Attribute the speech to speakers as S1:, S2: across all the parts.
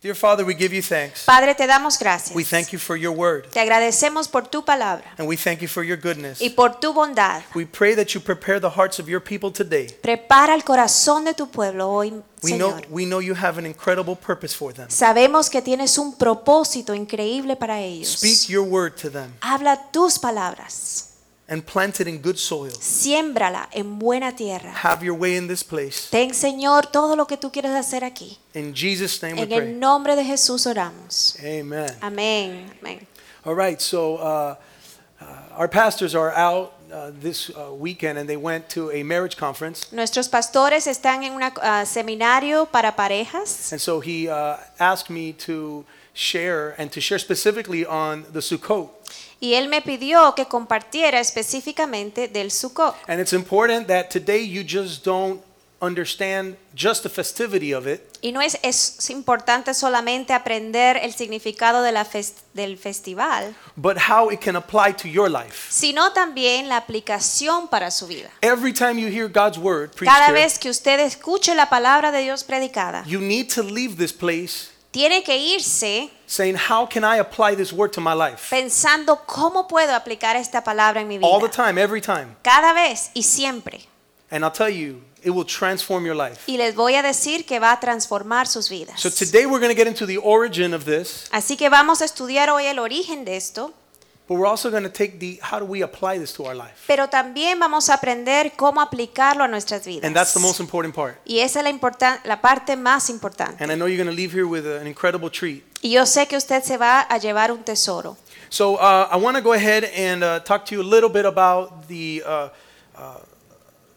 S1: Dear Father, we give you thanks.
S2: Padre, te damos gracias.
S1: We thank you for your word,
S2: Te agradecemos por tu palabra
S1: and we thank you for your goodness.
S2: y por tu bondad.
S1: We pray that you prepare the hearts of your people today.
S2: Prepara el corazón de tu pueblo hoy,
S1: We know,
S2: Señor.
S1: we know you have an incredible purpose for them.
S2: Sabemos que tienes un propósito increíble para ellos.
S1: Speak your word to them
S2: Habla tus palabras.
S1: and plant it in good soil.
S2: Siémbrala en buena tierra.
S1: Have your way in this place.
S2: Ten, Señor, todo lo que tú quieres hacer aquí.
S1: In Jesus' name we
S2: En el
S1: pray.
S2: nombre de Jesús oramos.
S1: Amen.
S2: Amén. Amén.
S1: All right, so uh, uh, our pastors are out uh, this uh, weekend and they went to a marriage conference.
S2: Nuestros pastores están en un seminario para parejas
S1: And so he uh, asked me to share and to share specifically on the Sukkot.
S2: y él me pidió que compartiera específicamente del Sukkot.
S1: And it's important that today you just don't understand just the festivity of it,
S2: Y no es, es importante solamente aprender el significado de la fes- del festival,
S1: but how it can apply to your life.
S2: sino también la aplicación para su vida.
S1: Every time you hear God's word preached
S2: Cada
S1: here,
S2: vez que usted escuche la palabra de Dios predicada,
S1: you need to leave this place
S2: tiene que irse
S1: saying, How can I apply this word to my life?
S2: pensando cómo puedo aplicar esta palabra en mi
S1: All the
S2: vida.
S1: time, every time.
S2: Cada vez y siempre.
S1: And I'll tell you, it will transform your life.
S2: Y les voy a decir que va a transformar sus vidas.
S1: So today we're going to get into the origin of this,
S2: Así que vamos a estudiar hoy el origen de esto,
S1: but we're also going to take the how do we apply this to our life?
S2: pero también vamos a aprender cómo aplicarlo a nuestras vidas.
S1: And that's the most important part.
S2: Y esa es la, importan- la parte más importante.
S1: And I know you're going to leave here with an incredible treat.
S2: Y yo sé que usted se va a llevar un tesoro.
S1: So uh, I want to go ahead and uh, talk to you a little bit about the uh, uh,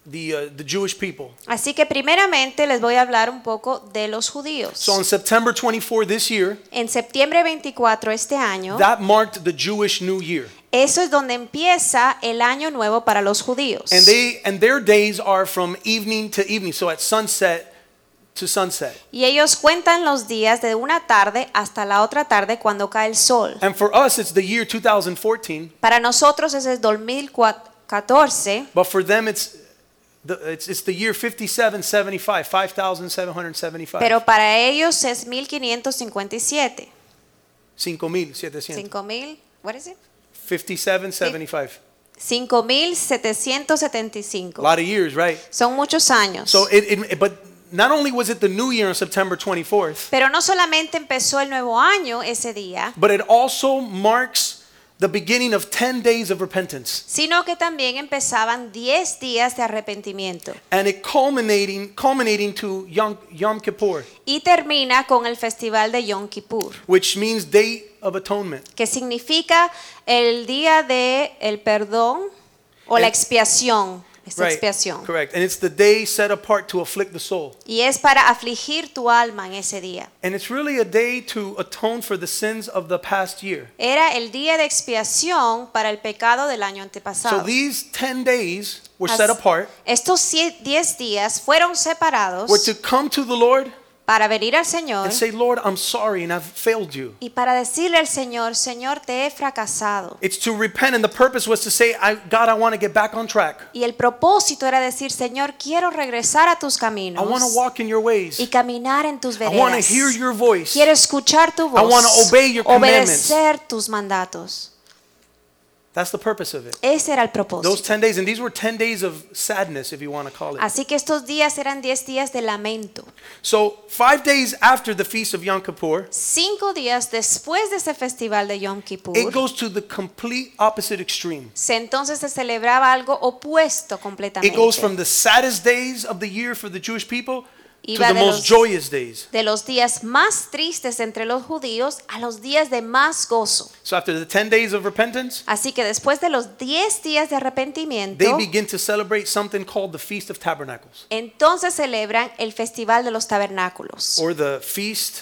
S1: the uh, the Jewish people.
S2: Así que primeramente les voy a hablar un poco de los judíos.
S1: So on September 24 this year,
S2: en septiembre 24 este año,
S1: that marked the Jewish New Year,
S2: eso es donde empieza el año nuevo para los judíos.
S1: and they and their days are from evening to evening. So at sunset to sunset.
S2: y ellos cuentan los días de una tarde hasta la otra tarde cuando cae el sol.
S1: And for us, it's the year 2014,
S2: Para nosotros es el 2014,
S1: but for them, it's the, it's, it's the year 5775, 5,775.
S2: pero para ellos es 1557.
S1: 5,700.
S2: 5000, what is it?
S1: 5775. A
S2: 5775.
S1: lot of years, right?
S2: Son muchos años.
S1: So it, it, but not only was it the new year on September 24th,
S2: Pero no solamente empezó el nuevo año ese día,
S1: but it also marks the beginning of 10 days of repentance
S2: sino que también empezaban 10 días de arrepentimiento
S1: and it culminating culminating to Yom, Yom Kippur,
S2: y termina con el festival de Yom Kippur,
S1: which means day of atonement.
S2: que significa el día de el perdón o la
S1: And-
S2: expiación, es
S1: Eh, Right,
S2: expiación.
S1: Correct. And it's the day set apart to afflict the soul.
S2: Y es para afligir tu alma en ese día.
S1: And it's really a day to atone for the sins of the past year.
S2: Era el día de expiación para el pecado del año
S1: So
S2: antepasado.
S1: these 10 days were
S2: As-
S1: set apart
S2: Estos sie- 10 días fueron separados
S1: were to come to the Lord
S2: para venir al Señor
S1: and say, Lord, I'm sorry and I've failed you.
S2: y para decirle al Señor, Señor, te he fracasado.
S1: It's to repent, and the purpose was to say, I, God, I want to get back on track.
S2: Y el propósito era decir, Señor, quiero regresar a tus
S1: I want to
S2: caminos
S1: walk in your
S2: y
S1: ways.
S2: caminar en tus
S1: I want to
S2: veredas.
S1: hear your voice.
S2: Quiero escuchar tu voz,
S1: wanna obey your commandments.
S2: obedecer tus mandatos.
S1: That's the purpose of it.
S2: Ese era el
S1: Those
S2: propósito.
S1: 10 days, and these were 10 days of sadness, if you want to call it.
S2: Así que estos días eran 10 días de lamento.
S1: So, five days after the Feast of Yom Kippur,
S2: Cinco días después de ese festival de Yom Kippur,
S1: it goes to the complete opposite extreme.
S2: se entonces se celebraba algo opuesto
S1: It
S2: completamente.
S1: goes from the saddest days of the year for the Jewish people to
S2: Iba
S1: the
S2: de
S1: most
S2: los-
S1: joyous days.
S2: de los días más tristes entre los judíos a los días de más gozo.
S1: So, after the 10 days of repentance,
S2: Así que después de los 10 días de arrepentimiento,
S1: they begin to celebrate something called the Feast of Tabernacles
S2: entonces celebran el festival de los tabernáculos
S1: or the Feast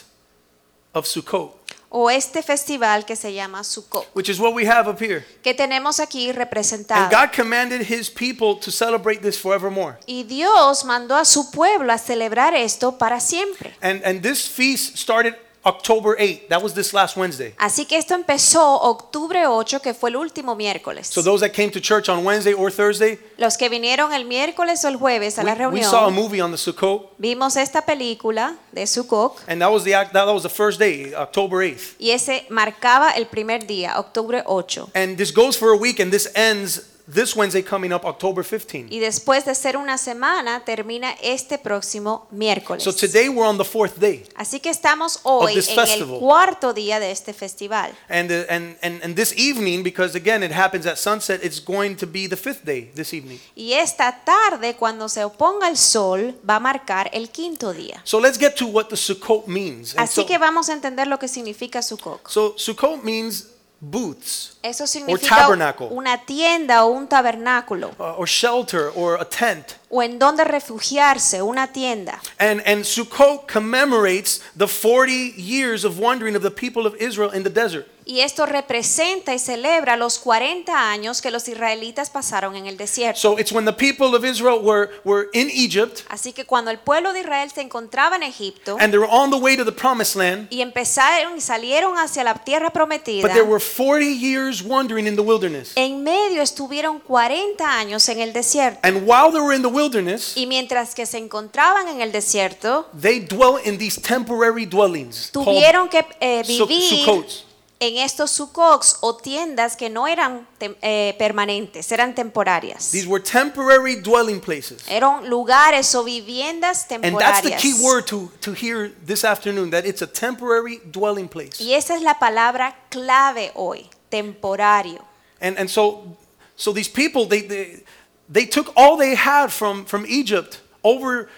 S1: of Sukkot.
S2: o este festival que se llama Sukkot,
S1: which is what we have up here.
S2: que tenemos aquí
S1: And
S2: representado.
S1: God commanded his people to celebrate this forevermore.
S2: Y Dios mandó a su pueblo a celebrar esto para siempre.
S1: And and this feast started October 8th. That was this last Wednesday.
S2: Así que esto empezó octubre 8, que fue el último miércoles.
S1: So those that came to church on Wednesday or Thursday,
S2: Los que vinieron el miércoles o el jueves a la
S1: we, we saw a
S2: reunión,
S1: movie on the Sukkot,
S2: vimos esta película de Sukok
S1: and that was the act- that was the first day, October 8th.
S2: y ese marcaba el primer día, octubre 8.
S1: And this goes for a week, and this ends this Wednesday coming up, October 15th.
S2: Y después de ser una semana, termina este próximo miércoles.
S1: So today we're on the fourth day,
S2: Así que estamos hoy
S1: this
S2: en el
S1: festival.
S2: cuarto día de este festival.
S1: and uh, and and and this evening, because again it happens at sunset, it's going to be the fifth day this evening.
S2: Y esta tarde, cuando se oponga el sol, va a marcar el quinto día.
S1: So let's get to what the Sukkot means. And
S2: Así
S1: so,
S2: que vamos a entender lo que significa Sukkot.
S1: so Sukkot means booths,
S2: Eso significa
S1: tabernacle.
S2: una tienda o un tabernáculo,
S1: uh, or shelter, or a tent.
S2: o en donde refugiarse, una tienda.
S1: And, and Sukkot commemorates the 40 years of wandering of the people of Israel in the desert.
S2: Y esto representa y celebra los 40 años que los israelitas pasaron en el desierto.
S1: So it's when the people of Israel were, were in Egypt
S2: Así que cuando el pueblo de Israel se encontraba en Egipto
S1: and they were on the way to the promised land,
S2: y empezaron y salieron hacia la tierra prometida,
S1: but there were 40 years wandering in the wilderness.
S2: en medio estuvieron 40 años en el desierto.
S1: And while they were in the wilderness,
S2: Y mientras que se encontraban en el desierto,
S1: they dwelt in these temporary dwellings called
S2: tuvieron que eh,
S1: Su-
S2: vivir
S1: Sukkots.
S2: en estos sucots o tiendas que no eran tem- eh, permanentes, eran temporarias.
S1: These were temporary dwelling places.
S2: Eran lugares o viviendas
S1: And that's the
S2: temporarias.
S1: key word to, to hear this afternoon that it's a temporary dwelling place.
S2: Y esa es la palabra clave hoy, temporario.
S1: And, and so, so these people, they, they, they took all they had from, from Egypt over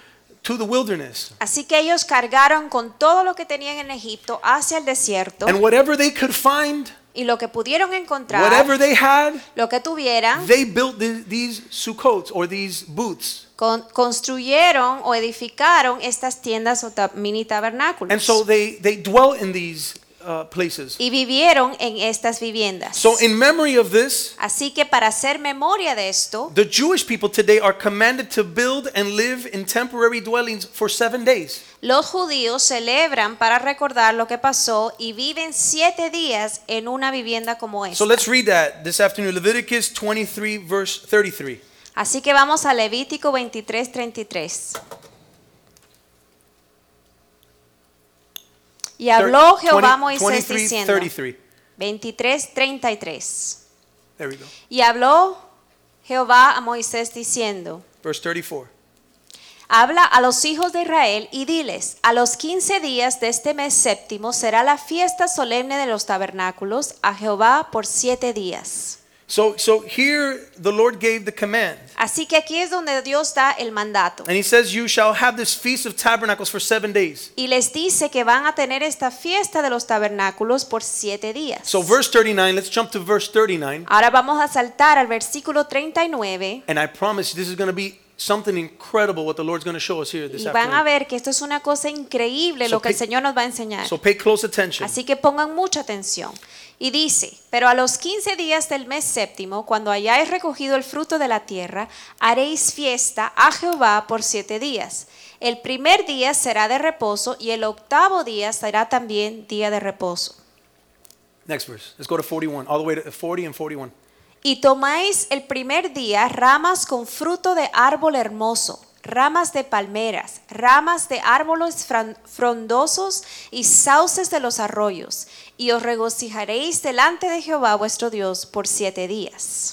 S1: to the wilderness.
S2: Así que ellos cargaron con todo lo que tenían en Egipto hacia el desierto
S1: And whatever they could find,
S2: y lo que pudieron encontrar,
S1: whatever they had,
S2: lo que tuvieran,
S1: they built the, these sukkot or these booths.
S2: con- construyeron o edificaron estas tiendas o ta- mini
S1: And so
S2: tabernáculos
S1: they, they dwelt in these uh, places.
S2: y vivieron en estas viviendas.
S1: So, in memory of this,
S2: Así que para hacer memoria de esto,
S1: the Jewish people today are commanded to build and live in temporary dwellings for seven days.
S2: los judíos celebran para recordar lo que pasó y viven siete días en una vivienda como
S1: So
S2: esta.
S1: let's read that this afternoon Leviticus 23, verse 33.
S2: Así que vamos a Levítico 23, 33. Y habló Jehová a Moisés
S1: 23,
S2: diciendo,
S1: 33.
S2: 23, 33.
S1: There we go.
S2: Y habló Jehová a Moisés diciendo,
S1: Verse 34.
S2: Habla a los hijos de Israel y diles, a los quince días de este mes séptimo será la fiesta solemne de los tabernáculos a Jehová por siete días.
S1: So, so here the Lord gave the command.
S2: Así que aquí es donde Dios da el mandato.
S1: And he says, You shall have this feast of tabernacles for seven days.
S2: Y les dice que van a tener esta fiesta de los tabernáculos por siete días.
S1: So, verse 39, let's jump to verse 39.
S2: Ahora vamos a saltar al versículo 39
S1: And I promise this is going to be something incredible what the Lord's going to show us here this
S2: y van a
S1: afternoon.
S2: ver que esto es una cosa increíble
S1: So
S2: lo que el
S1: pay-
S2: Señor nos va a enseñar.
S1: So, pay close attention.
S2: Así que pongan mucha atención. Y dice, pero a los quince días del mes séptimo, cuando hayáis recogido el fruto de la tierra, haréis fiesta a Jehová por siete días. El primer día será de reposo y el octavo día será también día de reposo.
S1: Next verse. Let's go to 41, all the way to 40 and 41.
S2: Y tomáis el primer día ramas con fruto de árbol hermoso, ramas de palmeras, ramas de árboles fran- frondosos y sauces de los arroyos, y os regocijaréis delante de Jehová vuestro Dios por siete días.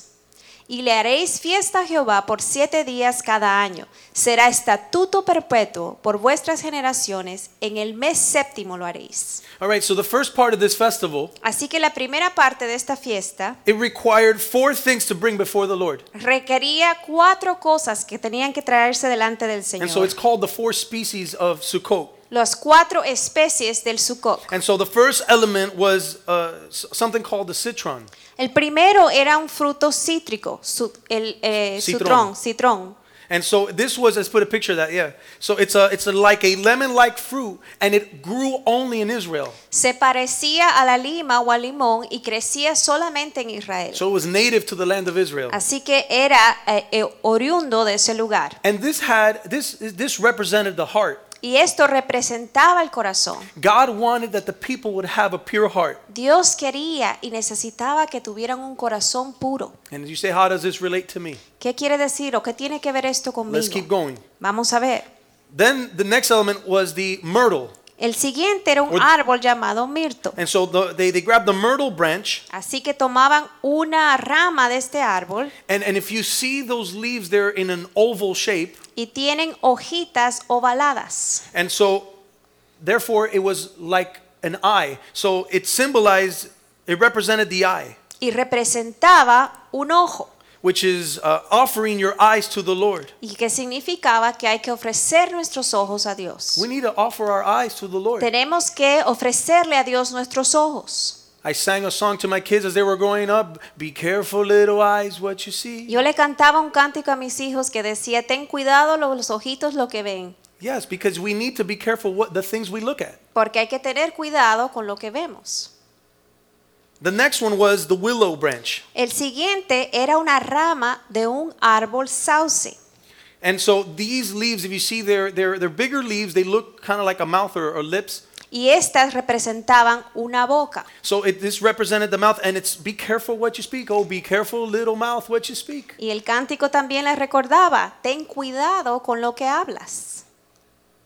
S2: Y le haréis fiesta a Jehová por siete días cada año. Será estatuto perpetuo por vuestras generaciones. En el mes séptimo lo haréis.
S1: All right, so the first part of this festival,
S2: Así que la primera parte de esta fiesta
S1: it required four things to bring before the Lord.
S2: requería cuatro cosas que tenían que traerse delante del Señor.
S1: And so it's called the four species of Sukkot.
S2: Las cuatro especies del Sukkot.
S1: And so the first element was uh, s- something called the citron.
S2: El primero era un fruto cítrico, su- el eh,
S1: Citrón.
S2: citrón, citrón.
S1: And so this was, let's put a picture of that, yeah. So it's, a, it's a, like a lemon like fruit, and it grew only in Israel.
S2: Se parecía a la lima o al limón y crecía solamente en Israel.
S1: So it was native to the land of Israel.
S2: Así que era eh, eh, oriundo de ese lugar.
S1: And this had, this, this represented the heart.
S2: Y esto representaba el corazón.
S1: God wanted that the people would have a pure heart.
S2: Dios quería y necesitaba que tuvieran un corazón puro.
S1: And you say, how does this relate to me?
S2: ¿Qué quiere decir o qué tiene que ver esto
S1: Let's keep
S2: conmigo?
S1: going.
S2: Vamos a ver.
S1: Then the next element was the myrtle.
S2: El siguiente era un
S1: Or-
S2: árbol llamado mirto.
S1: And so the, they, they grabbed the myrtle branch.
S2: Así que tomaban una rama de este árbol
S1: And, and if you see those leaves, they're in an oval shape.
S2: y tienen hojitas ovaladas.
S1: And so, therefore, it was like an eye. So it symbolized, it represented the eye,
S2: y representaba un ojo
S1: which is uh, offering your eyes to the Lord.
S2: y que significaba que hay que ofrecer nuestros ojos a Dios.
S1: We need to offer our eyes to the Lord.
S2: Tenemos que ofrecerle a Dios nuestros ojos.
S1: I sang a song to my kids as they were growing up Be careful, little eyes, what you see.
S2: Yo le cantaba un cántico a mis hijos que decía, ten cuidado lo- los ojitos lo que ven,
S1: Yes, because we need to be careful what the things we look at.
S2: porque hay que tener cuidado con lo que vemos.
S1: The next one was the willow branch.
S2: El siguiente era una rama de un árbol sauce.
S1: And so these leaves, if you see, they're, they're, they're bigger leaves. They look kind of like a mouth or, or lips.
S2: Y estas representaban una boca.
S1: So it, this represented the mouth, and it's be careful what you speak. Oh, be careful, little mouth, what you speak.
S2: Y el cántico también les recordaba, ten cuidado con lo que hablas.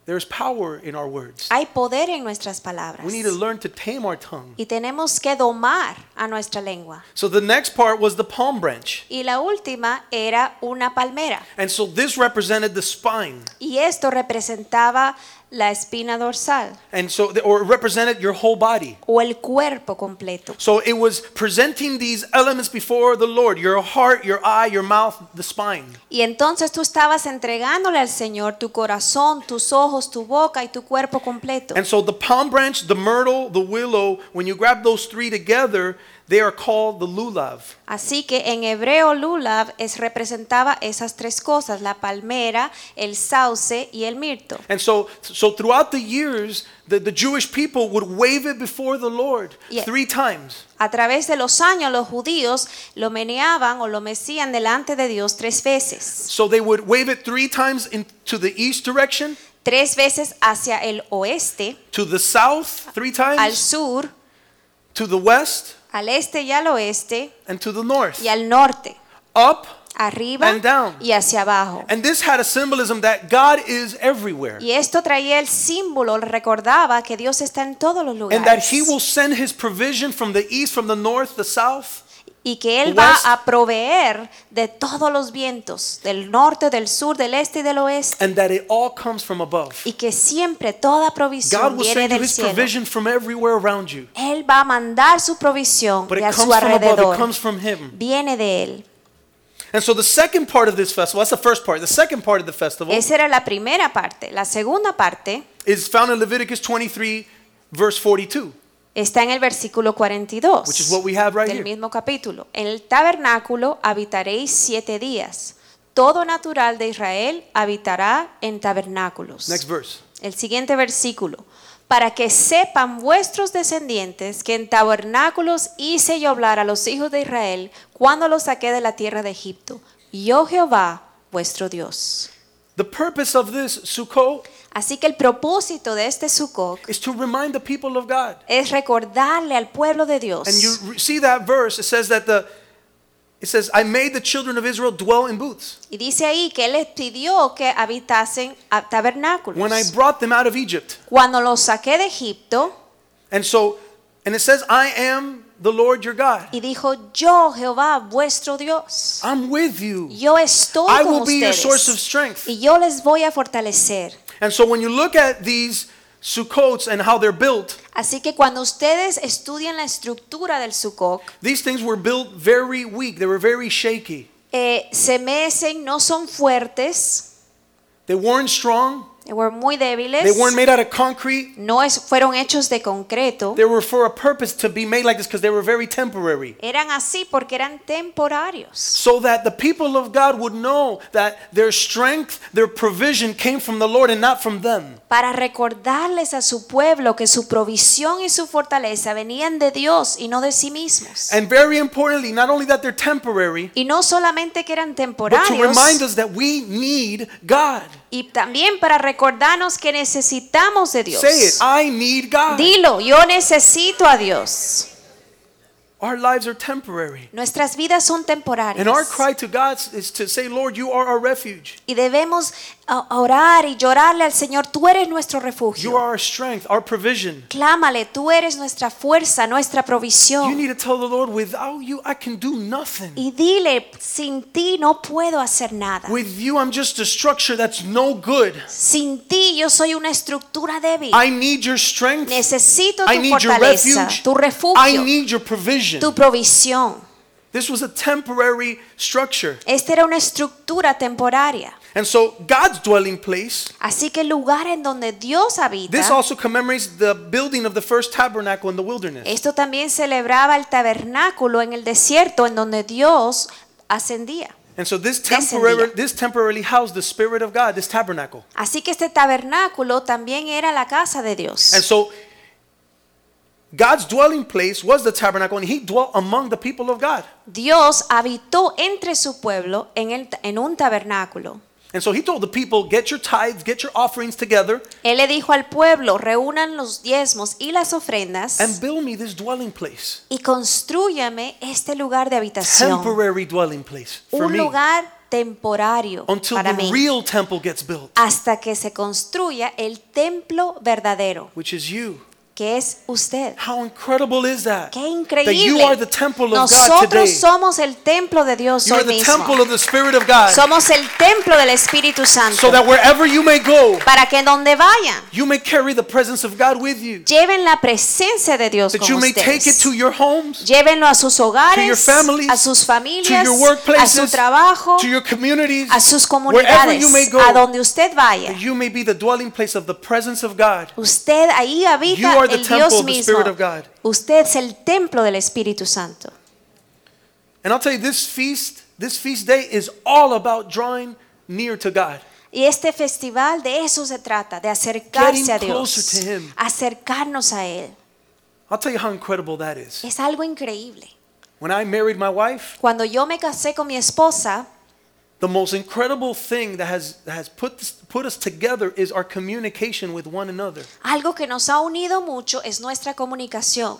S1: There's power in our words.
S2: Hay poder en nuestras palabras.
S1: We need to learn to tame our tongue.
S2: Y tenemos que domar a nuestra lengua.
S1: So the next part was the palm branch.
S2: Y la última era una palmera.
S1: And so this represented the spine.
S2: Y esto representaba la espina dorsal
S1: And so, or represented your whole body.
S2: o el cuerpo completo.
S1: So it was presenting these elements before the Lord your heart, your eye, your mouth, the spine.
S2: Y entonces tú estabas entregándole al Señor tu corazón, tus ojos, tu boca y tu cuerpo completo.
S1: And so the palm branch, the myrtle, the willow, when you grab those three together, they are called the lulav.
S2: Así que en hebreo lulav es representaba esas tres cosas, la palmera, el sauce y el mirto.
S1: And so, so throughout the years, the, the Jewish people would wave it before the Lord
S2: Yeah.
S1: three times.
S2: A través de los años los judíos lo meneaban o lo mecían delante de Dios tres veces.
S1: So they would wave it three times in, to the east direction,
S2: Tres veces hacia el oeste,
S1: to the south three times,
S2: al sur,
S1: to the west,
S2: al este y al oeste,
S1: and to the north.
S2: y al norte,
S1: Up.
S2: arriba
S1: And down.
S2: y hacia abajo.
S1: And this had a symbolism that God is everywhere
S2: Y esto traía el símbolo, recordaba que Dios está en todos los
S1: and that
S2: lugares
S1: He will send His provision from the east, from the north, the south.
S2: y que Él
S1: the
S2: va
S1: west.
S2: a proveer de todos los vientos, del norte, del sur, del este y del oeste,
S1: and that it all comes from above.
S2: y que siempre toda
S1: God
S2: provisión
S1: will
S2: viene
S1: send you
S2: del
S1: His
S2: cielo.
S1: provision from everywhere around you,
S2: Él va a mandar su provisión
S1: but it
S2: de a
S1: comes
S2: su
S1: from above. It
S2: alrededor.
S1: comes from Him.
S2: Viene de Él.
S1: And so the second part of this festival—that's the first part. The second part of the festival
S2: Esa era la primera parte. La segunda parte
S1: is found in Leviticus 23, verse 42,
S2: está en el versículo 42
S1: which is what we have right
S2: del
S1: here.
S2: mismo capítulo. En el tabernáculo habitaréis siete días. Todo natural de Israel habitará en tabernáculos.
S1: Next verse.
S2: El siguiente versículo. Para que sepan vuestros descendientes que en tabernáculos hice yo hablar a los hijos de Israel cuando los saqué de la tierra de Egipto. Yo Jehová, vuestro Dios.
S1: The purpose of this Sukkot
S2: Así que el propósito de este Sukkot
S1: is to remind the people of God.
S2: es recordarle al pueblo de Dios.
S1: And you re- see that verse. It says that the it says, "I made the children of Israel dwell in booths
S2: Y dice ahí que él les pidió que habitasen a tabernáculos.
S1: when I brought them out of Egypt."
S2: Cuando los saqué de Egipto
S1: And so, and it says, "I am the Lord your God."
S2: y dijo, yo Jehová, vuestro Dios,
S1: I'm with you.
S2: yo estoy
S1: I
S2: con
S1: will be your
S2: ustedes.
S1: source of strength.
S2: y yo les voy a fortalecer.
S1: And so when you look at these Sukkots and how they're built,
S2: Así que cuando ustedes estudian la estructura del Sukkot,
S1: these things were built very weak. They were very shaky.
S2: eh, se mecen, no son fuertes,
S1: They weren't strong.
S2: they were muy débiles,
S1: They weren't made out of concrete.
S2: no es- fueron hechos de concreto,
S1: They were for a purpose to be made like this because they were very temporary.
S2: eran así porque eran temporarios.
S1: So that the people of God would know that their strength, their provision came from the Lord and not from them.
S2: para recordarles a su pueblo que su provisión y su fortaleza venían de Dios y no de sí mismos.
S1: And very importantly, not only that they're temporary,
S2: Y no solamente que eran
S1: but to
S2: temporarios,
S1: remind us that we need God.
S2: Y también para recordarnos que necesitamos de Dios.
S1: Say it. I need God.
S2: Dilo, yo necesito a Dios.
S1: Our lives are temporary.
S2: Nuestras vidas son
S1: And our
S2: temporarias.
S1: cry to God is to say, Lord, you are our refuge.
S2: Y debemos a- orar y llorarle al Señor, tú eres nuestro
S1: You are
S2: refugio.
S1: our strength, our provision.
S2: Clámale, tú eres nuestra fuerza, nuestra
S1: You
S2: provisión.
S1: need to tell the Lord, without you, I can do nothing.
S2: Y dile, sin ti no puedo hacer nada.
S1: With you, I'm just a structure that's no good.
S2: Sin ti yo soy una estructura débil.
S1: I need your strength.
S2: Necesito
S1: I
S2: tu
S1: need your
S2: fortaleza,
S1: refuge.
S2: tu
S1: I
S2: refugio,
S1: need your provision.
S2: tu provisión.
S1: This was a temporary structure.
S2: Esta era una estructura temporaria.
S1: And so, God's dwelling place,
S2: Así que el lugar en donde Dios habita,
S1: this also commemorates the building of the first tabernacle in the wilderness.
S2: esto también celebraba el tabernáculo en el desierto en donde Dios ascendía.
S1: And so, this,
S2: Descendía.
S1: temporary, this temporarily housed the Spirit of God, this tabernacle.
S2: Así que este tabernáculo también era la casa de
S1: And
S2: Dios.
S1: so, God's dwelling place was the tabernacle, and He dwelt among the people of God.
S2: Dios habitó entre su pueblo en, el- en un tabernáculo.
S1: And so, He told the people, Get your tithes, get your offerings together,
S2: Él le dijo al pueblo, reúnan los diezmos y las ofrendas
S1: and build me this dwelling place.
S2: y construyame este lugar de habitación.
S1: Temporary dwelling place for
S2: Un
S1: me.
S2: lugar temporario
S1: Until
S2: para
S1: the
S2: mí.
S1: real temple gets built,
S2: hasta que se construya el templo verdadero,
S1: which is you.
S2: que es usted.
S1: How incredible is that?
S2: ¡Qué
S1: That you
S2: increíble!
S1: are the temple of God
S2: Nosotros
S1: today.
S2: somos el templo de Dios
S1: You are
S2: hoy
S1: the
S2: mismo.
S1: temple of the Spirit of God.
S2: Somos el templo del Espíritu Santo.
S1: So that wherever you may go,
S2: para que donde vayan,
S1: you may carry the presence of God with you.
S2: lleven la presencia de Dios
S1: That
S2: con
S1: you may
S2: ustedes.
S1: take it to your homes,
S2: Llévenlo a sus
S1: to your
S2: hogares,
S1: families,
S2: a sus
S1: to
S2: familias,
S1: your
S2: a su
S1: workplaces,
S2: trabajo,
S1: to your communities,
S2: a sus
S1: wherever you may
S2: comunidades,
S1: go.
S2: a donde usted vaya.
S1: that you may be the dwelling place of the presence of God.
S2: Usted ahí
S1: You
S2: habita
S1: are the
S2: el
S1: temple
S2: Dios
S1: of the
S2: mismo.
S1: Spirit of God.
S2: Usted es el templo del Espíritu Santo.
S1: And I'll tell you, this feast, this feast day is all about drawing near to God.
S2: Y este festival de eso se trata, de acercarse
S1: Getting
S2: a Dios,
S1: closer to Him.
S2: acercarnos a Él.
S1: I'll tell you how incredible that is.
S2: Es algo increíble.
S1: When I married my wife,
S2: Cuando yo me casé con mi esposa,
S1: the most incredible thing that has, that has put, this- put us together is our communication with one another.
S2: algo que nos ha unido mucho es nuestra comunicación.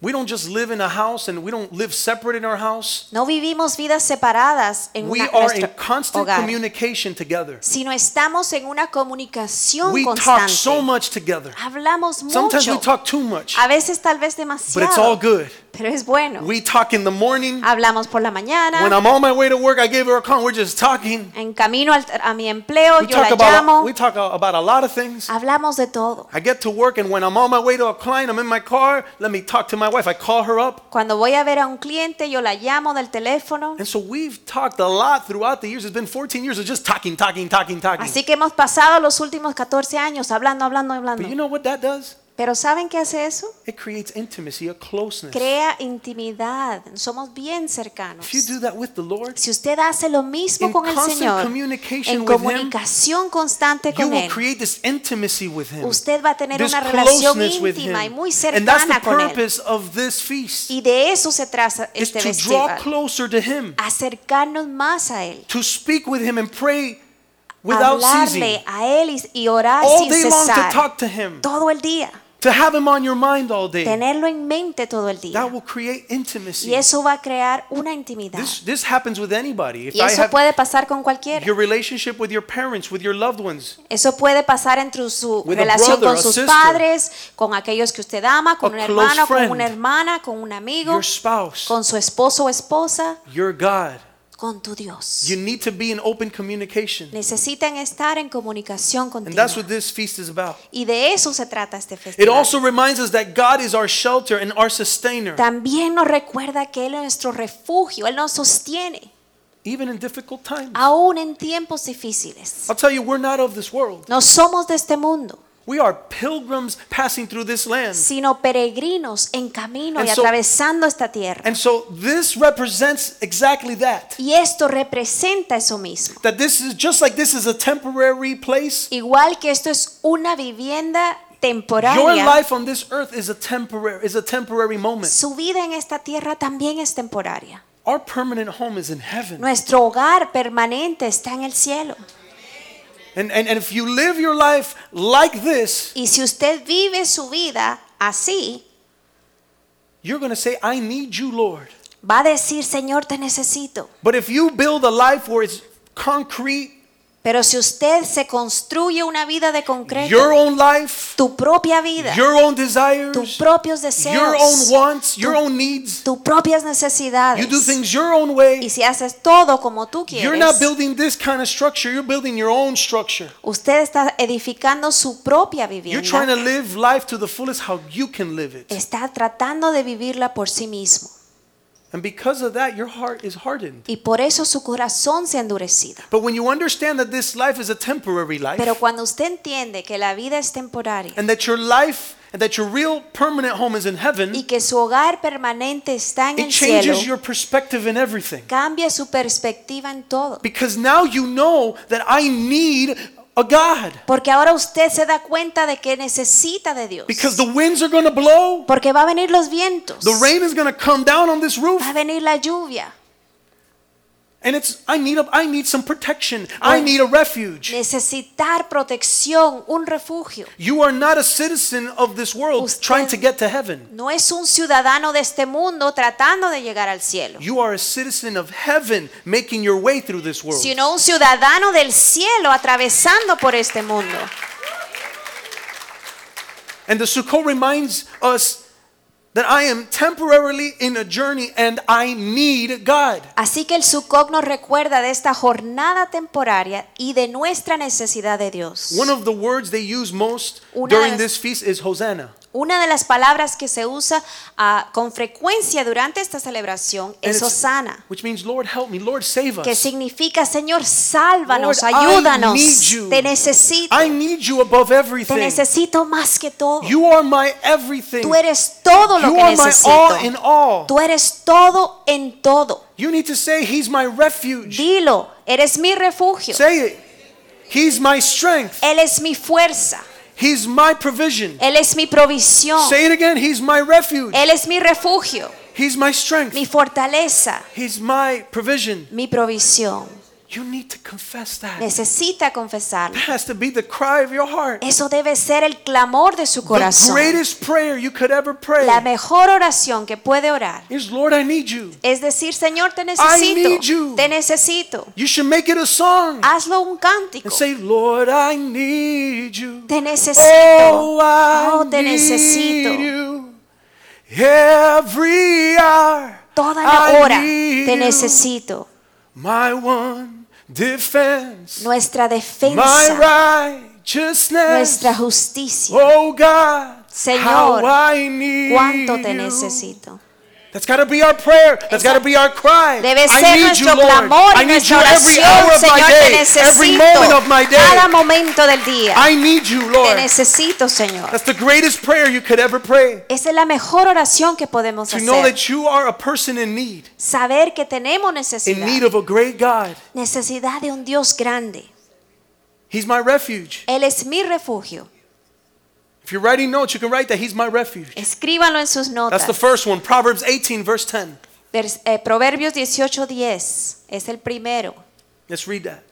S1: We don't just live in a house and we don't live separate in our house.
S2: No vivimos vidas separadas en
S1: We
S2: una,
S1: are in
S2: nuestro
S1: constant
S2: hogar,
S1: communication together.
S2: sino estamos en una comunicación
S1: We talk
S2: constante.
S1: so much together.
S2: Hablamos
S1: Sometimes we
S2: mucho,
S1: talk too much,
S2: a veces tal vez
S1: but it's all
S2: demasiado,
S1: good.
S2: pero es bueno.
S1: We talk in the morning.
S2: Hablamos por la mañana,
S1: When I'm on my way to work, I gave her a call. We're just talking.
S2: en camino al- a mi empleo,
S1: We
S2: yo la
S1: talk about
S2: llamo, Ah.
S1: we talk about a lot of things.
S2: hablamos de todo.
S1: I get to work, and when I'm on my way to a client, I'm in my car. Let me talk to my wife. I call her up.
S2: Cuando voy a ver a un cliente, yo la llamo del teléfono.
S1: And so we've talked a lot throughout the years. It's been 14 years of just talking, talking, talking, talking.
S2: Así que hemos pasado los últimos 14 años hablando, hablando,
S1: But you
S2: hablando.
S1: know what that does?
S2: Pero ¿saben qué hace eso?
S1: It creates intimacy, a closeness.
S2: Crea intimidad. Somos bien cercanos.
S1: If you do that with the Lord,
S2: Si usted hace lo
S1: In
S2: mismo con el
S1: constant
S2: Señor,
S1: communication
S2: en
S1: with Him,
S2: comunicación constante
S1: you
S2: con
S1: will
S2: Él,
S1: create this intimacy with Him.
S2: usted va a tener
S1: This
S2: una relación
S1: closeness with
S2: íntima y
S1: Him.
S2: muy
S1: And that's the
S2: cercana con Él.
S1: purpose of this feast.
S2: Y de eso se trata
S1: Is
S2: este
S1: to draw
S2: festival.
S1: closer to Him,
S2: Acercarnos más a Él.
S1: to speak with Him and pray without ceasing.
S2: Hablarle a Él y- y orar
S1: All
S2: sin
S1: day long to
S2: cesar.
S1: talk to Him,
S2: Todo el día.
S1: to have Him on your mind all day.
S2: tenerlo en mente todo el día.
S1: That will create
S2: Y
S1: intimacy.
S2: eso va a crear una intimidad.
S1: This, this happens with anybody. If
S2: Y
S1: I
S2: eso
S1: have
S2: puede pasar con cualquiera.
S1: your relationship with your parents, with your loved ones,
S2: Eso puede pasar entre su
S1: With a
S2: relación
S1: brother, a
S2: con sus
S1: sister.
S2: padres, con aquellos que usted ama, con
S1: A
S2: un
S1: close
S2: hermano, con
S1: friend.
S2: una hermana, con un amigo,
S1: your spouse,
S2: con su esposo o esposa,
S1: your God.
S2: con tu Dios.
S1: You need to be in open communication.
S2: Necesitan estar en comunicación
S1: And
S2: continua.
S1: that's what this feast is about.
S2: Y de eso se trata este
S1: It
S2: festival.
S1: also reminds us that God is our shelter and our sustainer.
S2: También nos recuerda que Él es nuestro refugio, Él nos sostiene,
S1: Even in difficult times.
S2: aún en tiempos difíciles.
S1: I'll tell you, we're not of this world.
S2: No somos de este mundo.
S1: We are pilgrims passing through this land.
S2: sino peregrinos en camino
S1: And
S2: y
S1: so-
S2: atravesando esta tierra.
S1: And so this represents exactly that.
S2: Y esto representa eso mismo.
S1: That this is just like this is a temporary place.
S2: Igual que esto es una vivienda
S1: Your
S2: temporaria,
S1: life on this earth is a temporary is a temporary moment.
S2: su vida en esta tierra también es temporaria.
S1: Our permanent home is in heaven.
S2: Nuestro hogar permanente está en el cielo.
S1: And, and, and if you live your life like this,
S2: Y si usted vive su vida así,
S1: you're going to say, I need you, Lord.
S2: va a decir, Señor, te necesito.
S1: But if you build a life where it's concrete,
S2: Pero si usted se construye una vida de concreto,
S1: your own life,
S2: tu propia vida,
S1: your own
S2: tus
S1: desires,
S2: propios
S1: your own
S2: deseos,
S1: wants, your
S2: tu-
S1: own needs,
S2: tus propias necesidades,
S1: you do things your own
S2: y
S1: way,
S2: si haces todo como tú
S1: you're not
S2: quieres,
S1: building this kind of structure, you're building your own structure.
S2: usted está edificando su propia
S1: You're trying to
S2: vivienda.
S1: live life to the fullest how you can live it.
S2: Está tratando de vivirla por sí mismo.
S1: And because of that, your heart is hardened.
S2: Y por eso su corazón se ha endurecido.
S1: But when you understand that this life is a temporary life,
S2: Pero cuando usted entiende que la vida es temporaria
S1: and that your life and that your real permanent home is in heaven,
S2: y que su hogar permanente está en
S1: it
S2: el cielo,
S1: changes your perspective in everything.
S2: cambia su perspectiva en todo.
S1: Because now you know that I need a God.
S2: Porque ahora usted se da cuenta de que necesita de Dios.
S1: Because the winds are going to blow,
S2: Porque va a venir los vientos,
S1: the rain is going to come down on this roof,
S2: va a venir la lluvia.
S1: and it's I need a, I need some protection.
S2: Oh.
S1: I need a refuge.
S2: Necesitar protección, un refugio.
S1: You are not a citizen of this world
S2: Usted-
S1: trying to get to heaven.
S2: No es un ciudadano de este mundo tratando de llegar al cielo,
S1: You are a citizen of heaven making your way through this world.
S2: sino un ciudadano del cielo atravesando por este mundo.
S1: And the Sukkot reminds us that I am temporarily in a journey and I need God.
S2: Así que el Sukkot nos recuerda de esta jornada temporaria y de nuestra necesidad de Dios.
S1: One of the words they use most
S2: Una de
S1: during
S2: las-
S1: this feast is Hosanna.
S2: Una de las palabras que se usa ah, con frecuencia durante esta celebración
S1: And
S2: es
S1: it's-
S2: Osana,
S1: Which means, Lord, help me. Lord, save us.
S2: que significa Señor, sálvanos,
S1: Lord, I
S2: ayúdanos,
S1: need you.
S2: te necesito,
S1: I need you above
S2: te
S1: everything.
S2: necesito más que todo.
S1: You are my everything.
S2: Tú eres todo lo
S1: you
S2: que
S1: are my all in
S2: necesito.
S1: all.
S2: Tú eres todo en todo.
S1: You need to say, He's my refuge.
S2: Dilo, eres mi refugio.
S1: Say it. He's my strength.
S2: Él es mi fuerza.
S1: He's my provision.
S2: Él es mi provisión.
S1: Say it again. He's my refuge.
S2: Él es mi refugio,
S1: He's my strength.
S2: mi fortaleza,
S1: He's my provision.
S2: mi provisión.
S1: You need to confess that.
S2: Necesita confesarlo.
S1: That has to be the cry of your heart.
S2: Eso debe ser el clamor de su
S1: The
S2: corazón.
S1: greatest prayer you could ever pray
S2: La mejor oración que puede orar
S1: is Lord, I need you.
S2: es decir, Señor, te
S1: need you.
S2: necesito. Te necesito.
S1: You should make it a song
S2: Hazlo un cántico.
S1: and say, Lord, I need you.
S2: Te necesito.
S1: Oh, I
S2: Oh, te
S1: need
S2: necesito.
S1: you. Every hour
S2: Toda
S1: I
S2: la hora
S1: need
S2: te
S1: you.
S2: necesito.
S1: My one defense,
S2: Nuestra
S1: my
S2: defensa,
S1: righteousness.
S2: nuestra justicia.
S1: Oh God,
S2: Señor,
S1: how I need
S2: Cuánto te
S1: you.
S2: necesito.
S1: That's got to be our prayer. That's got to be our cry.
S2: Debe
S1: I
S2: ser
S1: need
S2: nuestro
S1: you, Lord.
S2: clamor
S1: I
S2: y
S1: need
S2: nuestra
S1: you every
S2: oración.
S1: hour of my
S2: Señor, te
S1: day, every moment of my
S2: necesito. Cada
S1: day.
S2: momento del día.
S1: I need you,
S2: Te
S1: Lord.
S2: necesito, Señor.
S1: That's the greatest prayer you could ever pray.
S2: Esa es la mejor oración que podemos
S1: To know
S2: hacer.
S1: that you are a person in need,
S2: Saber que tenemos
S1: in need
S2: necesidad.
S1: of a great God.
S2: Necesidad de un Dios grande.
S1: He's my refuge.
S2: Él es mi refugio.
S1: If you're writing notes, you can write that He's my refuge.
S2: Escríbanlo en sus
S1: That's
S2: notas.
S1: the first one. Proverbs 18, verse 10.
S2: Vers- eh, Proverbios 18:10 es el primero.
S1: Let's read that.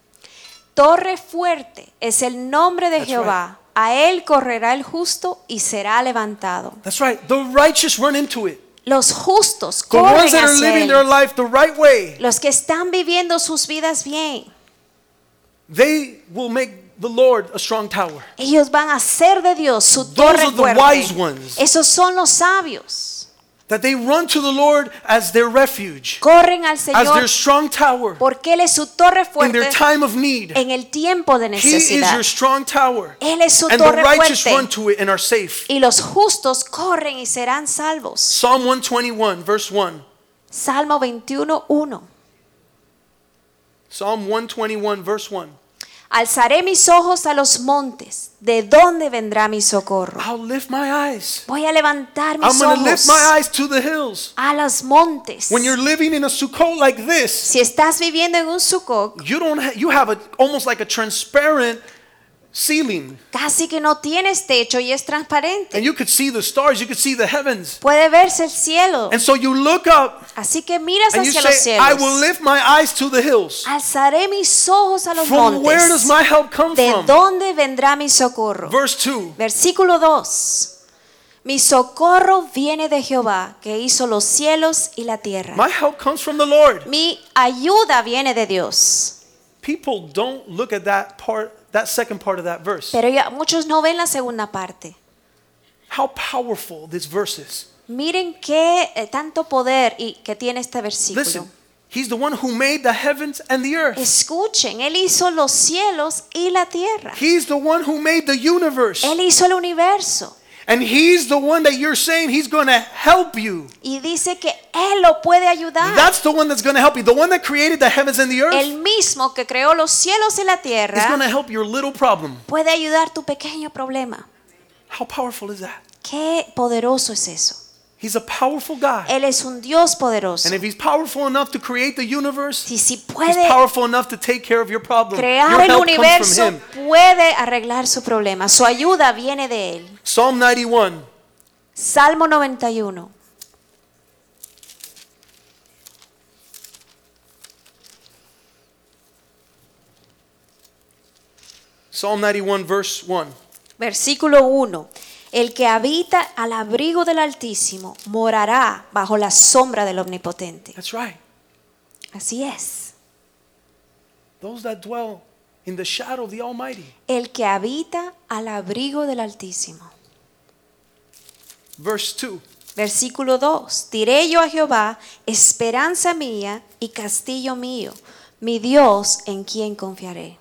S2: Torre fuerte es el nombre de
S1: That's
S2: Jehová. A él correrá el justo y será levantado.
S1: That's right. The righteous run into it.
S2: Los justos
S1: The ones
S2: corren
S1: that are
S2: hacia
S1: living
S2: él.
S1: their life the right way,
S2: Los que están viviendo sus vidas bien,
S1: they will make the Lord a strong tower.
S2: ellos van a ser de Dios su
S1: Those
S2: torre
S1: are the wise
S2: fuerte.
S1: ones.
S2: Esos son los sabios.
S1: That they run to the Lord as their refuge,
S2: Corren al
S1: as their
S2: Señor
S1: strong tower
S2: porque él es su torre
S1: in
S2: fuerte
S1: their time of need.
S2: en el tiempo de
S1: He is
S2: necesidad.
S1: your strong tower.
S2: Él es su
S1: And the
S2: torre
S1: righteous run
S2: fuerte
S1: to it and are safe.
S2: y los justos corren y serán salvos.
S1: Psalm 121, verse 1.
S2: Salmo 21:1.
S1: Psalm 121, verse 1.
S2: Alzaré mis ojos a los montes, ¿de dónde vendrá mi socorro?
S1: I'll lift my eyes.
S2: Voy a levantar
S1: I'm
S2: mis
S1: going to lift
S2: ojos
S1: my eyes to the hills.
S2: a los montes.
S1: When you're living in a Sukkot like this,
S2: Si estás viviendo en un Sukkot,
S1: you don't ha- you have a almost like a transparent ceiling.
S2: Casi que no tienes techo y es transparente.
S1: And you could see the stars, you could see the heavens.
S2: Puede verse el cielo.
S1: And so you look up
S2: Así que miras
S1: and you
S2: hacia los
S1: say, I will
S2: cielos.
S1: lift my eyes to the hills.
S2: Alzaré mis ojos a los
S1: From where does
S2: montes.
S1: my help come
S2: ¿De
S1: from?
S2: dónde vendrá mi socorro?
S1: Verse 2.
S2: Versículo 2. Mi socorro viene de Jehová, que hizo los cielos y la tierra.
S1: My help comes from the Lord.
S2: Mi ayuda viene de Dios.
S1: People don't look at that part, that second part of that verse.
S2: Pero ya muchos no ven la segunda parte.
S1: How powerful this verse is.
S2: Miren qué eh, tanto poder y que tiene este versículo.
S1: Listen, He's the one who made the heavens and the earth.
S2: Escuchen, él hizo los cielos y la tierra.
S1: He's the one who made the universe.
S2: Él hizo el universo
S1: And He's the one that you're saying He's going to help you.
S2: y dice que él lo puede ayudar.
S1: That's the one that's going to help you. The one that created the heavens and the earth
S2: El mismo que creó los cielos y la
S1: is going
S2: tierra
S1: to help your little problem.
S2: puede ayudar tu pequeño problema.
S1: How powerful is that?
S2: Qué poderoso es eso.
S1: He's a powerful God.
S2: Él es un Dios poderoso.
S1: And if He's powerful enough to create the universe,
S2: Si si
S1: He's
S2: puede
S1: powerful enough to take care of your problem.
S2: crear
S1: your
S2: el
S1: help comes
S2: universo,
S1: from Him.
S2: puede arreglar su problema. Su ayuda viene de él.
S1: Psalm 91.
S2: Salmo 91.
S1: Psalm 91, verse 1.
S2: Versículo 1. El que habita al abrigo del Altísimo morará bajo la sombra del Omnipotente.
S1: That's right.
S2: Así es.
S1: Those that dwell in the shadow of the Almighty.
S2: El que habita al abrigo del Altísimo.
S1: Verse 2.
S2: Versículo 2. Diré yo a Jehová, esperanza mía y castillo mío, mi Dios en quien confiaré.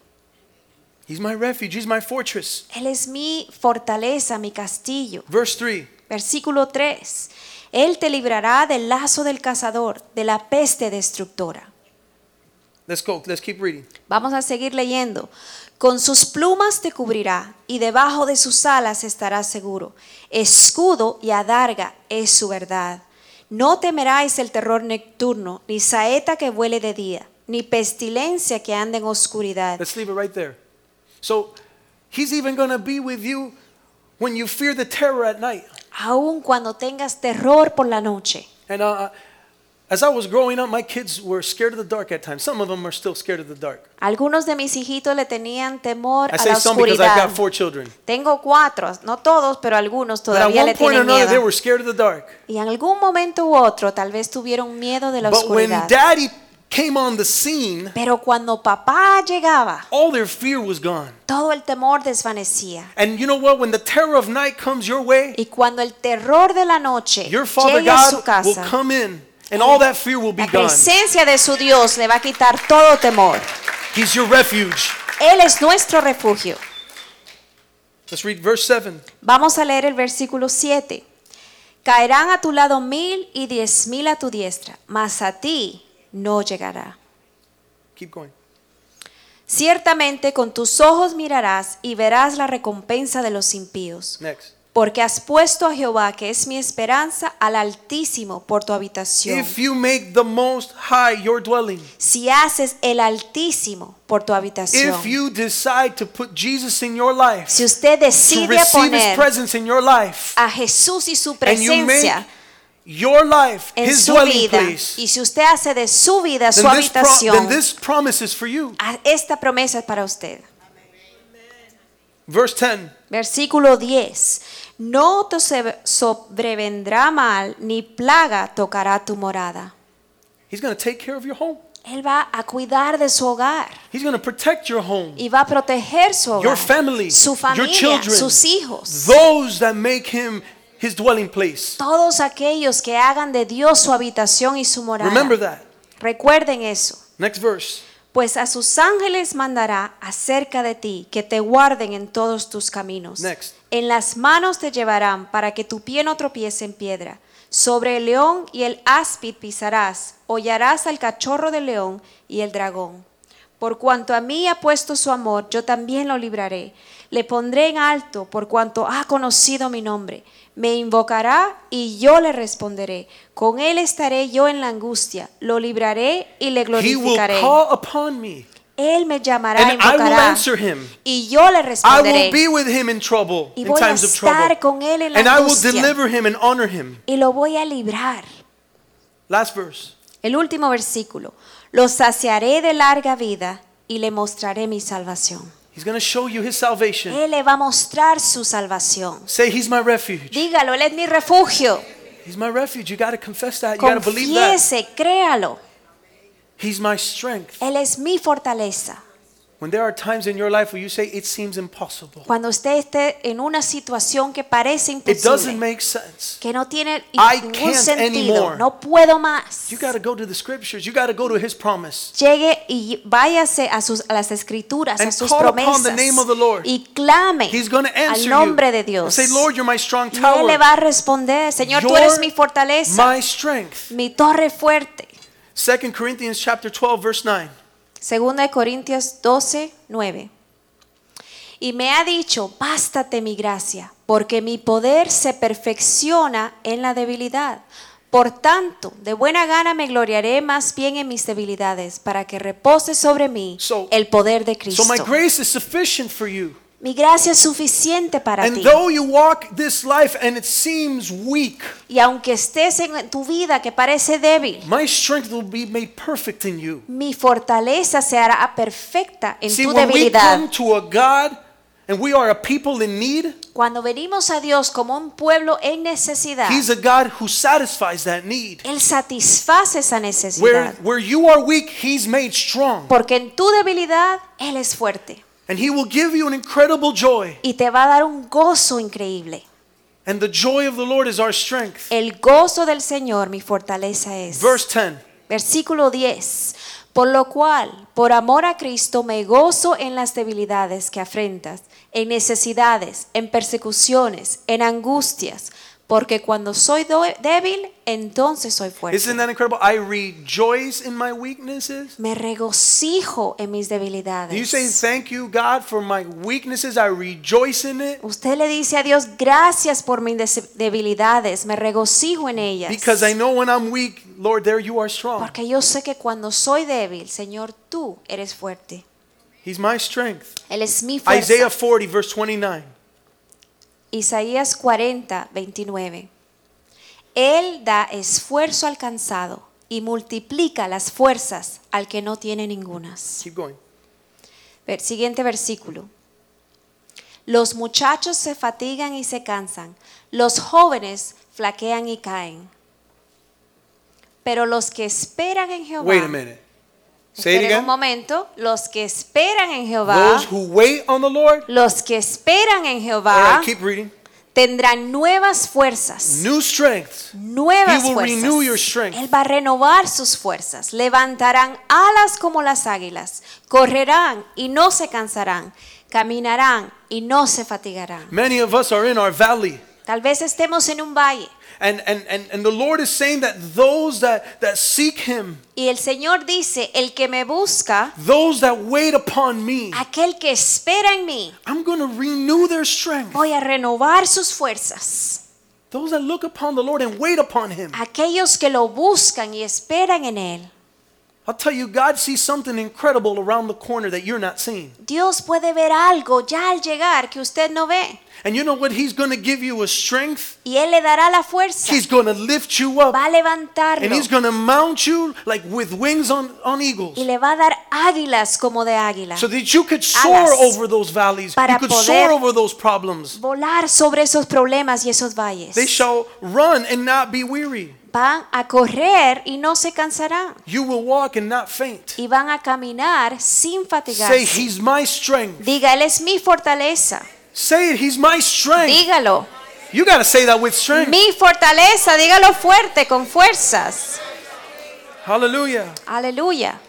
S1: He's my refuge. He's my fortress.
S2: Él es mi fortaleza, mi castillo.
S1: Verse 3.
S2: Versículo 3. Él te librará del lazo del cazador, de la peste destructora.
S1: Let's go. Let's keep reading.
S2: Vamos a seguir leyendo. Con sus plumas te cubrirá y debajo de sus alas estarás seguro. Escudo y adarga es su verdad. No temeráis el terror nocturno, ni saeta que vuele de día, ni pestilencia que ande en oscuridad.
S1: Let's leave it right there. So, He's even going to be with you when you fear the terror at night.
S2: Aun cuando tengas terror por la noche.
S1: And uh, as I was growing up, my kids were scared of the dark at times. Some of them are still scared of the dark.
S2: Algunos de mis hijitos le tenían temor
S1: I
S2: a
S1: say
S2: la
S1: some because I've
S2: oscuridad.
S1: got four children.
S2: Tengo cuatro, no todos, pero algunos
S1: But at
S2: todavía
S1: one
S2: le
S1: point or
S2: tienen
S1: another, they
S2: miedo.
S1: were scared of the dark.
S2: Y en algún momento u otro tal vez tuvieron miedo de la
S1: But when
S2: oscuridad.
S1: daddy came on the scene,
S2: Pero cuando papá llegaba,
S1: all their fear was gone.
S2: todo el temor desvanecía.
S1: And you know what? When the terror of night comes your way,
S2: Y cuando el terror de la noche
S1: your Father
S2: llegue a su
S1: God will
S2: casa,
S1: come in, and all that fear will be
S2: la
S1: gone.
S2: presencia de su Dios le va a quitar todo temor.
S1: He's your refuge.
S2: Él es nuestro refugio.
S1: Let's read verse 7.
S2: Vamos a leer el versículo 7. Caerán a tu lado mil y diez mil a tu diestra, mas a ti no llegará.
S1: Keep going.
S2: Ciertamente con tus ojos mirarás y verás la recompensa de los impíos.
S1: Next.
S2: Porque has puesto a Jehová, que es mi esperanza, al Altísimo por tu habitación.
S1: If you make the Most High your dwelling,
S2: si haces el Altísimo por tu habitación.
S1: if you decide to put Jesus in your life,
S2: si usted
S1: to
S2: decide
S1: receive His
S2: poner
S1: presence in your life,
S2: a Jesús y su
S1: and you make
S2: presencia
S1: your life
S2: en
S1: His
S2: su
S1: dwelling
S2: vida,
S1: place,
S2: y si usted hace de su vida su
S1: then this, pro- then
S2: habitación,
S1: this promise is for you.
S2: a- esta promesa es para usted.
S1: Verse 10.
S2: Versículo 10. No te se- sobrevendrá mal, ni plaga tocará tu morada.
S1: He's going to take care of your home.
S2: Él va a cuidar de su hogar.
S1: He's going to protect your home,
S2: y va a proteger su hogar,
S1: your family,
S2: su
S1: your
S2: familia,
S1: children,
S2: sus hijos,
S1: those that make him his dwelling place.
S2: todos aquellos que hagan de Dios su habitación y su morada.
S1: Remember that.
S2: Recuerden eso.
S1: Next verse.
S2: Pues a sus ángeles mandará acerca de ti que te guarden en todos tus caminos.
S1: Next.
S2: En las manos te llevarán para que tu pie no tropiece en piedra. Sobre el león y el áspid pisarás, hollarás al cachorro del león y el dragón. Por cuanto a mí ha puesto su amor, yo también lo libraré. Le pondré en alto por cuanto ha conocido mi nombre. Me invocará y yo le responderé. Con él estaré yo en la angustia, lo libraré y le
S1: He will
S2: glorificaré.
S1: call upon me
S2: Él me llamará y
S1: and I will
S2: invocará.
S1: answer him.
S2: Y yo le
S1: I will
S2: responderé.
S1: be with him in trouble,
S2: Y
S1: in
S2: voy a
S1: times of
S2: estar
S1: trouble.
S2: con él en la
S1: And I will
S2: angustia.
S1: deliver him and honor him.
S2: Y lo voy a librar.
S1: Last verse.
S2: El último versículo. Lo saciaré de larga vida y le mostraré mi salvación.
S1: He's going to show you his salvation.
S2: Él le va a mostrar su salvación.
S1: Say, He's my refuge.
S2: Dígalo, Él es mi refugio.
S1: He's my refuge. You got to confess that. You got to believe that.
S2: Confiese, créalo.
S1: He's my strength.
S2: Él es mi fortaleza.
S1: When there are times in your life where you say, It seems impossible,
S2: Cuando usted esté en una situación que parece
S1: it doesn't
S2: imposible,
S1: make sense.
S2: que no tiene
S1: I
S2: ningún
S1: can't
S2: sentido,
S1: anymore.
S2: no puedo más.
S1: You got to go to the scriptures. You got to go to his promise.
S2: Llegue y váyase a, sus, a las escrituras, a
S1: And
S2: sus
S1: call upon the
S2: promesas
S1: name of the Lord.
S2: y clame
S1: He's going to answer
S2: al
S1: you.
S2: nombre de Dios.
S1: Say, Lord, you're my strong
S2: y Él le
S1: tower.
S2: va a responder, Señor, tú
S1: You're
S2: eres mi fortaleza,
S1: My strength.
S2: mi torre fuerte.
S1: 2 Corinthians chapter 12 verse 9.
S2: Segunda de Corintios 12, 9. Y me ha dicho, bástate mi gracia, porque mi poder se perfecciona en la debilidad. Por tanto, de buena gana me gloriaré más bien en mis debilidades, para que repose sobre mí
S1: So-
S2: el poder de Cristo.
S1: So my grace is sufficient for you.
S2: mi gracia es suficiente para
S1: And
S2: ti.
S1: though you walk this life and it seems weak,
S2: y aunque estés en tu vida que parece débil,
S1: my strength will be made perfect in you.
S2: mi fortaleza se hará perfecta en
S1: See,
S2: tu
S1: when we
S2: debilidad.
S1: come to a God and we are a people in need,
S2: Cuando venimos a Dios como un pueblo en necesidad,
S1: He's a God who satisfies that need.
S2: Él satisface esa
S1: Where,
S2: necesidad.
S1: where you are weak, He's made strong.
S2: Porque en tu debilidad Él es fuerte
S1: And He will give you an incredible joy.
S2: y te va a dar un gozo increíble.
S1: And the joy of the Lord is our strength.
S2: El gozo del Señor, mi fortaleza es.
S1: Verse 10
S2: Versículo 10. Por lo cual, por amor a Cristo, me gozo en las debilidades que afrentas, en necesidades, en persecuciones, en angustias, porque cuando soy do- débil, entonces soy fuerte.
S1: Isn't that incredible? I rejoice in my weaknesses.
S2: Me regocijo en mis debilidades.
S1: Do you say thank you, God, for my weaknesses? I rejoice in it
S2: Usted le dice a Dios, gracias por mis des- debilidades, me regocijo en ellas.
S1: because I know when I'm weak, Lord, there you are strong.
S2: Porque yo sé que cuando soy débil, Señor, tú eres fuerte.
S1: He's my strength.
S2: Él es mi fuerza.
S1: Isaiah 40, verse 29.
S2: Isaías 40, 29. Él da esfuerzo al cansado y multiplica las fuerzas al que no tiene ningunas.
S1: Keep going.
S2: Ver- Siguiente versículo. Los muchachos se fatigan y se cansan, los jóvenes flaquean y caen. Pero los que esperan en Jehová,
S1: Wait a minute. Say it
S2: esperen
S1: again.
S2: un momento, los que esperan en Jehová,
S1: Those who wait on the Lord.
S2: los que esperan en
S1: All
S2: Jehová
S1: right, keep reading.
S2: tendrán nuevas fuerzas.
S1: New strength.
S2: Nuevas
S1: He will
S2: fuerzas.
S1: renew your strength.
S2: Él va a renovar sus fuerzas. Levantarán alas como las águilas. Correrán y no se cansarán. Caminarán y no se fatigarán.
S1: Many of us are in our valley.
S2: Tal vez estemos en un valle
S1: And, and, and, and the Lord is saying that those that, that seek Him,
S2: y el Señor dice, el que me busca,
S1: those that wait upon me,
S2: aquel que espera en mí,
S1: I'm going to renew their strength.
S2: voy a renovar sus fuerzas.
S1: Those that look upon the Lord and wait upon Him.
S2: Aquellos que lo buscan y esperan en él.
S1: I'll tell you, God sees something incredible around the corner that you're not seeing.
S2: Dios puede ver algo ya al llegar que usted no ve
S1: And you know what? He's going to give you a strength.
S2: y él le dará la fuerza.
S1: He's going to lift you up.
S2: Va a
S1: And
S2: levantarlo
S1: He's going to mount you like with wings on, on
S2: y
S1: eagles.
S2: le va a dar águilas como de águila.
S1: So that you could soar
S2: Alas.
S1: over those valleys. You
S2: Para
S1: could
S2: poder-
S1: soar over those problems.
S2: Volar sobre esos problemas y esos valles.
S1: They shall run and not be weary.
S2: Van a correr y no se cansarán.
S1: You will walk and not faint.
S2: Y van a caminar sin
S1: Say,
S2: fatigarse.
S1: He's my strength.
S2: Diga, Él es mi fortaleza.
S1: Say it, He's my strength.
S2: Dígalo.
S1: You got to say that with strength.
S2: Mi fortaleza, dígalo fuerte, con fuerzas.
S1: Hallelujah.
S2: Aleluya.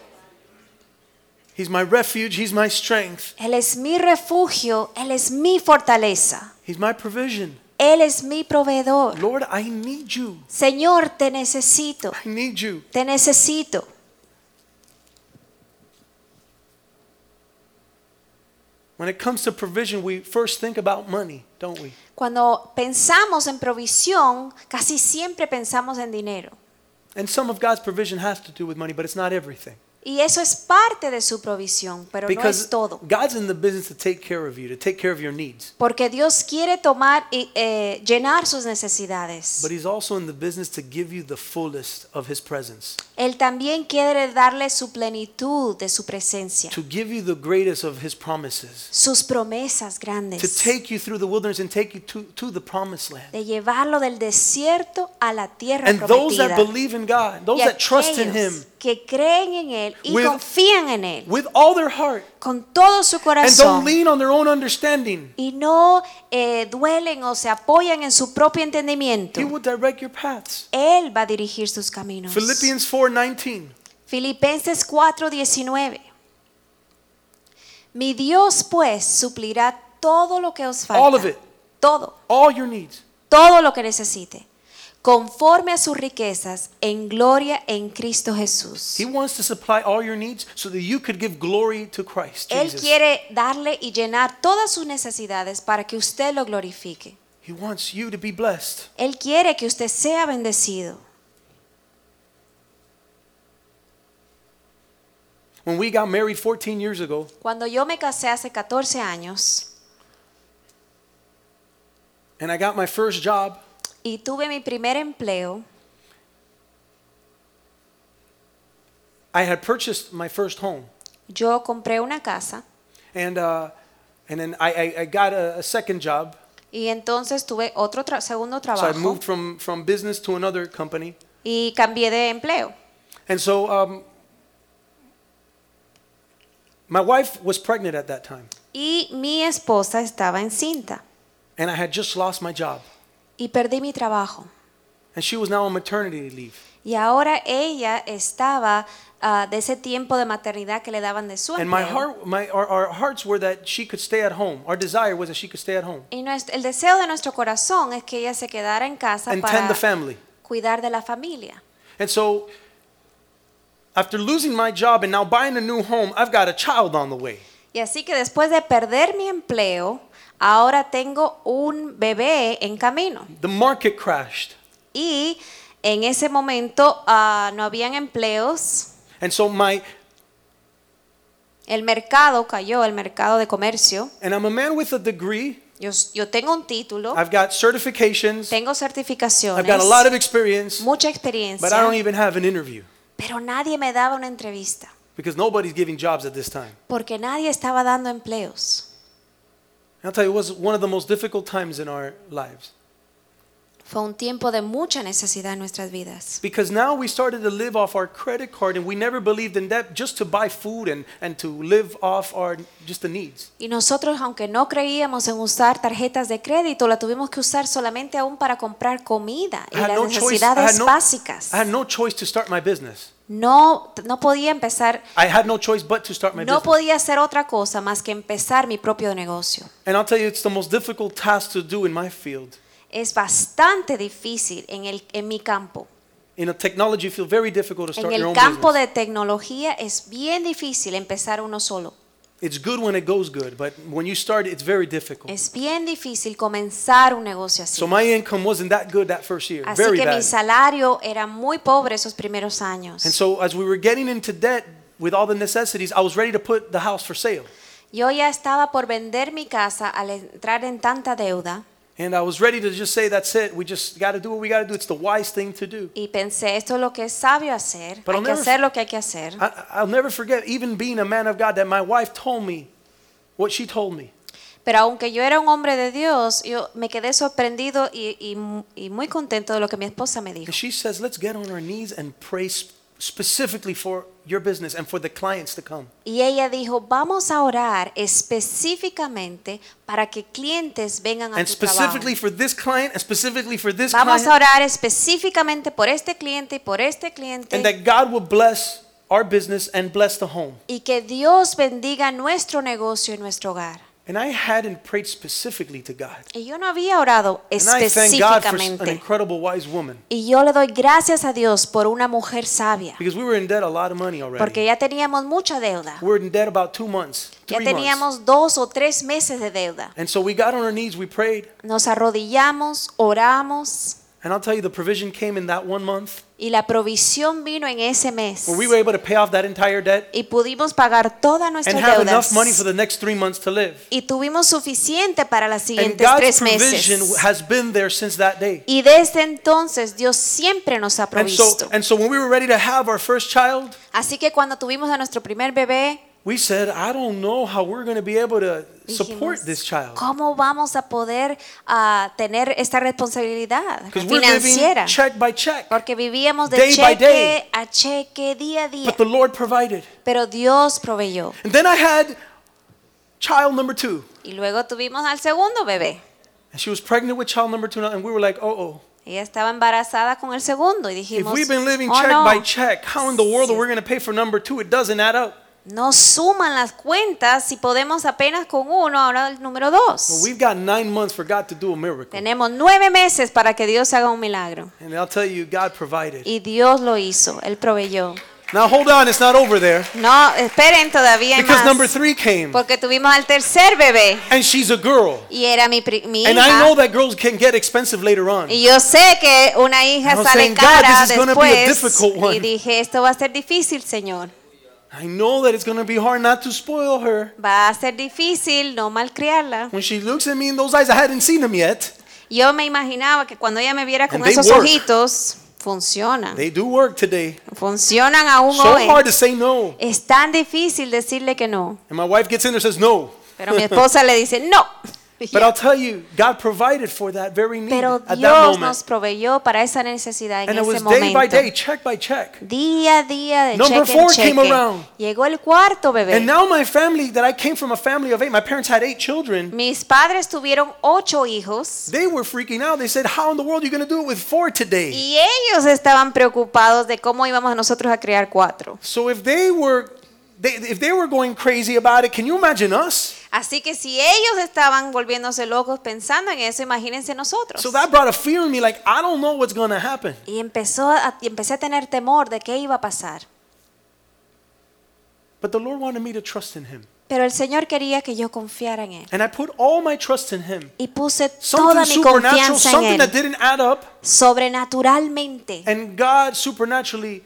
S1: He's my refuge. He's my strength.
S2: Él es mi refugio, Él es mi fortaleza.
S1: He's my provision.
S2: Él es mi proveedor.
S1: Lord, I need you.
S2: Señor, te necesito,
S1: I need you.
S2: te necesito.
S1: When it comes to provision, we first think about money, don't we?
S2: Cuando pensamos en provisión, casi siempre pensamos en dinero.
S1: And some of God's provision has to do with money, but it's not everything.
S2: Y eso es parte de su provisión, pero no es
S1: Because
S2: todo.
S1: God's in the business to take care of you, to take care of your needs.
S2: Porque Dios quiere tomar y eh, llenar sus necesidades.
S1: But He's also in the business to give you the fullest of His presence,
S2: Él también quiere darle su plenitud de su presencia,
S1: to give you the greatest of His promises,
S2: sus promesas
S1: to
S2: grandes,
S1: take you through the wilderness and take you to, to the promised land.
S2: de llevarlo del desierto a la tierra
S1: And those that
S2: prometida.
S1: believe in God, those
S2: Y
S1: that trust in Him
S2: aquellos que creen en Él y
S1: with-
S2: confían en Él
S1: with all their heart
S2: con todo su
S1: and don't
S2: corazón
S1: lean on their own understanding,
S2: y no eh, duelen o se apoyan en su propio entendimiento,
S1: He will direct your paths.
S2: Él va a dirigir sus caminos.
S1: Philippians 4:19.
S2: Filipenses 4:19. Mi Dios pues suplirá todo lo que os falta.
S1: All of it.
S2: Todo,
S1: All your needs.
S2: todo lo que necesite, conforme a sus riquezas en gloria en Cristo Jesús.
S1: He wants to supply all your needs so that you could give glory to Christ
S2: Él
S1: Jesus.
S2: quiere darle y llenar todas sus necesidades para que usted lo glorifique.
S1: He wants you to be blessed.
S2: Él quiere que usted sea bendecido.
S1: When we got married 14 years ago,
S2: Cuando yo me casé hace 14 años
S1: and I got my first job,
S2: y tuve mi primer empleo,
S1: I had purchased my first home,
S2: yo compré una casa
S1: and uh, and then I, I, I got a, a second job.
S2: y entonces tuve otro tra- segundo
S1: So I
S2: trabajo
S1: moved from from business to another company,
S2: y cambié de empleo.
S1: and so um, my wife was pregnant at that time,
S2: Y mi esposa estaba encinta
S1: and I had just lost my job,
S2: y perdí mi trabajo.
S1: and she was now on maternity leave,
S2: Y ahora ella estaba ah, de ese tiempo de maternidad que le daban de su
S1: and my
S2: empleo.
S1: heart my our, our hearts were that she could stay at home. Our desire was that she could stay at home
S2: Y nues- el deseo de nuestro corazón es que ella se quedara en casa
S1: and
S2: para
S1: tend the family.
S2: cuidar de la familia.
S1: And so, after losing my job and now buying a new home, I've got a child on the way.
S2: Y así que después de perder mi empleo, ahora tengo un bebé en camino.
S1: The market crashed.
S2: Y en ese momento ah, no habían empleos,
S1: And so, my,
S2: el mercado cayó, el mercado de comercio.
S1: and I'm a man with a degree,
S2: Yo, s- yo tengo un título,
S1: I've got certifications,
S2: tengo certificaciones,
S1: I've got a lot of experience,
S2: mucha
S1: but I
S2: experiencia,
S1: don't even have an interview
S2: pero nadie me daba una entrevista
S1: because nobody's giving jobs at this time.
S2: porque nadie estaba dando empleos.
S1: And I'll tell you, it was one of the most difficult times in our lives
S2: Fue un tiempo de mucha necesidad en nuestras vidas.
S1: because now we started to live off our credit card and we never believed in debt just to buy food and, and to live off our just the needs.
S2: Y nosotros, aunque no creíamos en usar tarjetas de crédito, la tuvimos que usar solamente aún para comprar comida y
S1: I had
S2: las
S1: no choice. I
S2: necesidades
S1: had no,
S2: básicas.
S1: I had no choice to start my business.
S2: No, no podía empezar,
S1: I had no choice but to start my
S2: no
S1: business.
S2: podía hacer otra cosa más que empezar mi propio negocio.
S1: And I'll tell you, it's the most difficult task to do in my field.
S2: Es bastante difícil en, el, en mi campo.
S1: In a technology field, very difficult to
S2: En
S1: start your
S2: el
S1: own
S2: campo
S1: business.
S2: de tecnología es bien difícil empezar uno solo.
S1: It's good when it goes good, but when you start, it's very difficult.
S2: Es bien difícil comenzar un negocio así.
S1: So my income wasn't that good that first year,
S2: Así
S1: very
S2: que mi
S1: bad.
S2: salario era muy pobre esos primeros años.
S1: And so as we were getting into debt with all the necessities, I was ready to put the house for sale.
S2: Yo ya estaba por vender mi casa al entrar en tanta deuda
S1: And I was ready to just say, that's it. We just got to do what we got to do. It's the wise thing to do.
S2: y pensé, esto es lo que es sabio hacer,
S1: Pero
S2: hay que
S1: never-
S2: hacer lo que hay que hacer.
S1: I, I'll never forget, even being a man of God, that my wife told me what she told me.
S2: Pero aunque yo era un hombre de Dios, yo me quedé sorprendido y, y mu- y muy contento de lo que mi esposa me dijo.
S1: And she says, let's get on our knees and pray sp- specifically for your business and for the clients to come.
S2: Y ella dijo, vamos a orar específicamente para que clientes vengan a
S1: And
S2: tu Ah, trabajo.
S1: specifically for this client and specifically for this
S2: Vamos a
S1: client.
S2: orar específicamente por este cliente y por este cliente.
S1: And that God will bless our business and bless the home.
S2: y que Dios bendiga nuestro negocio y nuestro hogar.
S1: And I hadn't prayed specifically to God.
S2: Y yo no había orado
S1: And I thank God for s- an
S2: específicamente.
S1: incredible wise woman.
S2: Y yo le doy gracias a Dios por una mujer sabia,
S1: Because we were in debt a lot of money
S2: porque
S1: already.
S2: ya teníamos mucha deuda.
S1: We were in debt about two months,
S2: Ya
S1: three months.
S2: teníamos dos o tres meses de deuda.
S1: And so we got on our knees, we prayed,
S2: Nos arrodillamos, oramos
S1: And I'll tell you, the provision came in that one month
S2: Y la provisión vino en ese mes.
S1: where we were able to pay off that entire debt
S2: Y pudimos pagar todas
S1: and
S2: nuestras
S1: have enough
S2: deudas.
S1: money for the next three months to live.
S2: Y tuvimos suficiente para las
S1: And
S2: siguientes
S1: God's
S2: tres
S1: provision
S2: meses.
S1: has been there since that day.
S2: Y desde entonces Dios siempre nos ha
S1: And so,
S2: provisto.
S1: and so when we were ready to have our first child,
S2: Así que cuando tuvimos a nuestro primer bebé,
S1: we said, I don't know how we're going to be able to support
S2: dijimos,
S1: this child.
S2: ¿cómo vamos a poder ah, tener esta responsabilidad
S1: Because we're living
S2: financiera?
S1: check by check.
S2: Porque vivíamos de
S1: day by
S2: cheque a cheque, día a día.
S1: But the Lord provided.
S2: Pero Dios proveyó.
S1: And then I had child number two.
S2: Y luego tuvimos al segundo bebé.
S1: And she was pregnant with child number two. now, And we were like, oh, oh.
S2: Ella estaba embarazada con el segundo y
S1: If
S2: dijimos,
S1: we've been living
S2: "Oh,
S1: check
S2: no,
S1: by check, how in the world are we going to pay for number two? It doesn't add up.
S2: no suman las cuentas si podemos apenas con uno, ahora el número dos.
S1: Well, we've got nine months for God to do a miracle.
S2: Tenemos nueve meses para que Dios haga un milagro.
S1: And I'll tell you, God provided.
S2: Y Dios lo hizo, Él proveyó.
S1: Now, hold on, it's not over there.
S2: No, esperen, todavía hay
S1: Because number
S2: más.
S1: three came.
S2: Porque tuvimos al tercer bebé
S1: And she's a girl.
S2: y era mi, pri- mi
S1: And I know
S2: hija.
S1: that girls can get expensive later on.
S2: Y yo sé que una hija
S1: And I was
S2: sale
S1: saying, "God,
S2: cara
S1: this is gonna be a
S2: después.
S1: difficult one."
S2: Y dije, esto va a ser difícil, Señor.
S1: I know that it's going to be hard not to spoil her.
S2: Va a ser difícil no malcriarla.
S1: When she looks at me in those eyes, I hadn't seen them yet.
S2: Yo me imaginaba que cuando ella me viera
S1: And
S2: con
S1: they
S2: esos
S1: work.
S2: ojitos, funcionan.
S1: They do work today.
S2: Funcionan aún
S1: So
S2: hoy.
S1: hard to say no.
S2: Es tan difícil decirle que no.
S1: And my wife gets in there and says, no.
S2: Pero mi esposa le dice, no.
S1: But I'll tell you, God provided for that very need
S2: Pero
S1: at that
S2: Dios nos
S1: moment.
S2: proveyó para esa necesidad en
S1: And it
S2: ese
S1: was day by
S2: momento.
S1: day, check by check.
S2: Día a día de
S1: Number
S2: cheque en
S1: four came
S2: cheque.
S1: around.
S2: Llegó el cuarto bebé.
S1: And now my family, that I came from a family of eight, my parents had eight children.
S2: Mis padres tuvieron ocho hijos
S1: They were freaking out. They said, how in the world are you going to do it with four today?
S2: y ellos estaban preocupados de cómo íbamos nosotros a crear cuatro.
S1: So if they were, they, if they were going crazy about it, can you imagine us?
S2: Así que si ellos estaban volviéndose locos pensando en eso, imagínense nosotros.
S1: So that brought a fear in me, like I don't know what's going to happen.
S2: Y empezó a- y empecé a tener temor de qué iba a pasar.
S1: But the Lord wanted me to trust in Him,
S2: Pero el Señor quería que yo confiara en Él.
S1: and I put all my trust in Him.
S2: Y puse
S1: Something
S2: toda mi
S1: supernatural,
S2: confianza
S1: something
S2: en
S1: that
S2: Él.
S1: didn't add up,
S2: Sobrenaturalmente.
S1: and God supernaturally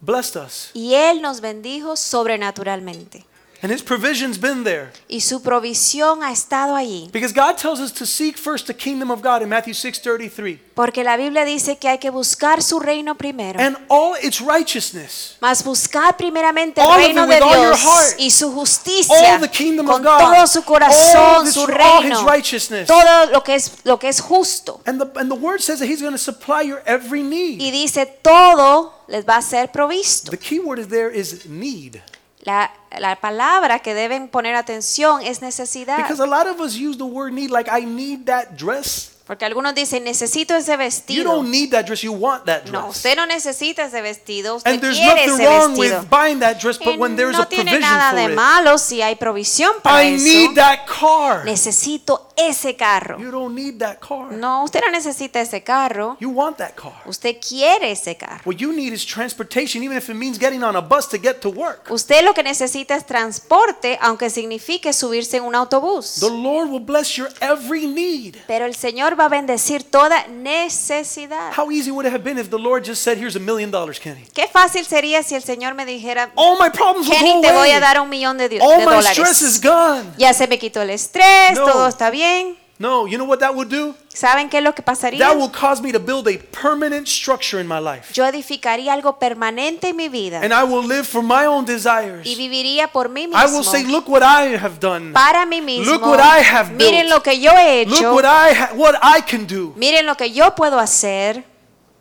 S1: blessed us.
S2: Y Él nos bendijo sobrenaturalmente.
S1: And His provision's been there
S2: Y su provisión ha estado allí.
S1: because God tells us to seek first the kingdom of God in Matthew 6:33,
S2: Porque la Biblia dice que hay que buscar su reino primero.
S1: and all its righteousness.
S2: Mas buscar primeramente el
S1: All of it
S2: reino de
S1: with all
S2: Dios
S1: your heart.
S2: y su justicia
S1: All the kingdom
S2: con
S1: of God,
S2: todo su
S1: all
S2: corazón,
S1: this-
S2: su
S1: all his
S2: reino,
S1: righteousness.
S2: todo lo que es lo que es justo.
S1: And the, and the word says that he's going to supply your every need.
S2: Y dice todo les va a ser provisto.
S1: The key word is there is need.
S2: La, la palabra que deben poner atención es necesidad.
S1: Because a lot of us use the word need like I need that dress.
S2: Porque algunos dicen, necesito ese
S1: You
S2: vestido.
S1: don't need that dress, you want that
S2: No,
S1: dress.
S2: usted no necesita ese vestido, usted
S1: And there's
S2: quiere
S1: nothing
S2: ese
S1: wrong
S2: vestido.
S1: with buying that dress, but when
S2: Y
S1: there's
S2: no
S1: a
S2: tiene
S1: provision
S2: nada de
S1: for it.
S2: malo si hay provisión para
S1: I
S2: eso.
S1: need that car.
S2: Necesito ese carro.
S1: You don't need that car.
S2: No, usted no necesita ese carro.
S1: You want that car.
S2: Usted quiere ese carro.
S1: What you need is transportation, even if it means getting on a bus to get to work.
S2: Usted lo que necesita es transporte, aunque signifique subirse en un autobús.
S1: The Lord will bless your every need.
S2: Pero el Señor va a bendecir toda necesidad.
S1: How easy would it have been if the Lord just said, Here's a million dollars, Kenny?
S2: Qué fácil sería si el Señor me dijera,
S1: All my problems will
S2: Kenny,
S1: go
S2: te
S1: away.
S2: voy a dar un millón de, di-
S1: All
S2: de
S1: my stress is
S2: dólares.
S1: gone.
S2: Ya se me quitó el estrés,
S1: No.
S2: todo está bien.
S1: No, you know what that will do?
S2: ¿Saben qué es lo que pasaría?
S1: That will cause me to build a permanent structure in my life.
S2: Yo edificaría algo permanente en mi vida
S1: And I will live for my own
S2: y
S1: desires.
S2: viviría por mí
S1: I will
S2: mismo,
S1: say, look what I have done.
S2: para mí mismo.
S1: Look what I have built.
S2: Miren lo que yo he
S1: Look
S2: hecho.
S1: what I ha- what I can do.
S2: Miren lo que yo puedo hacer.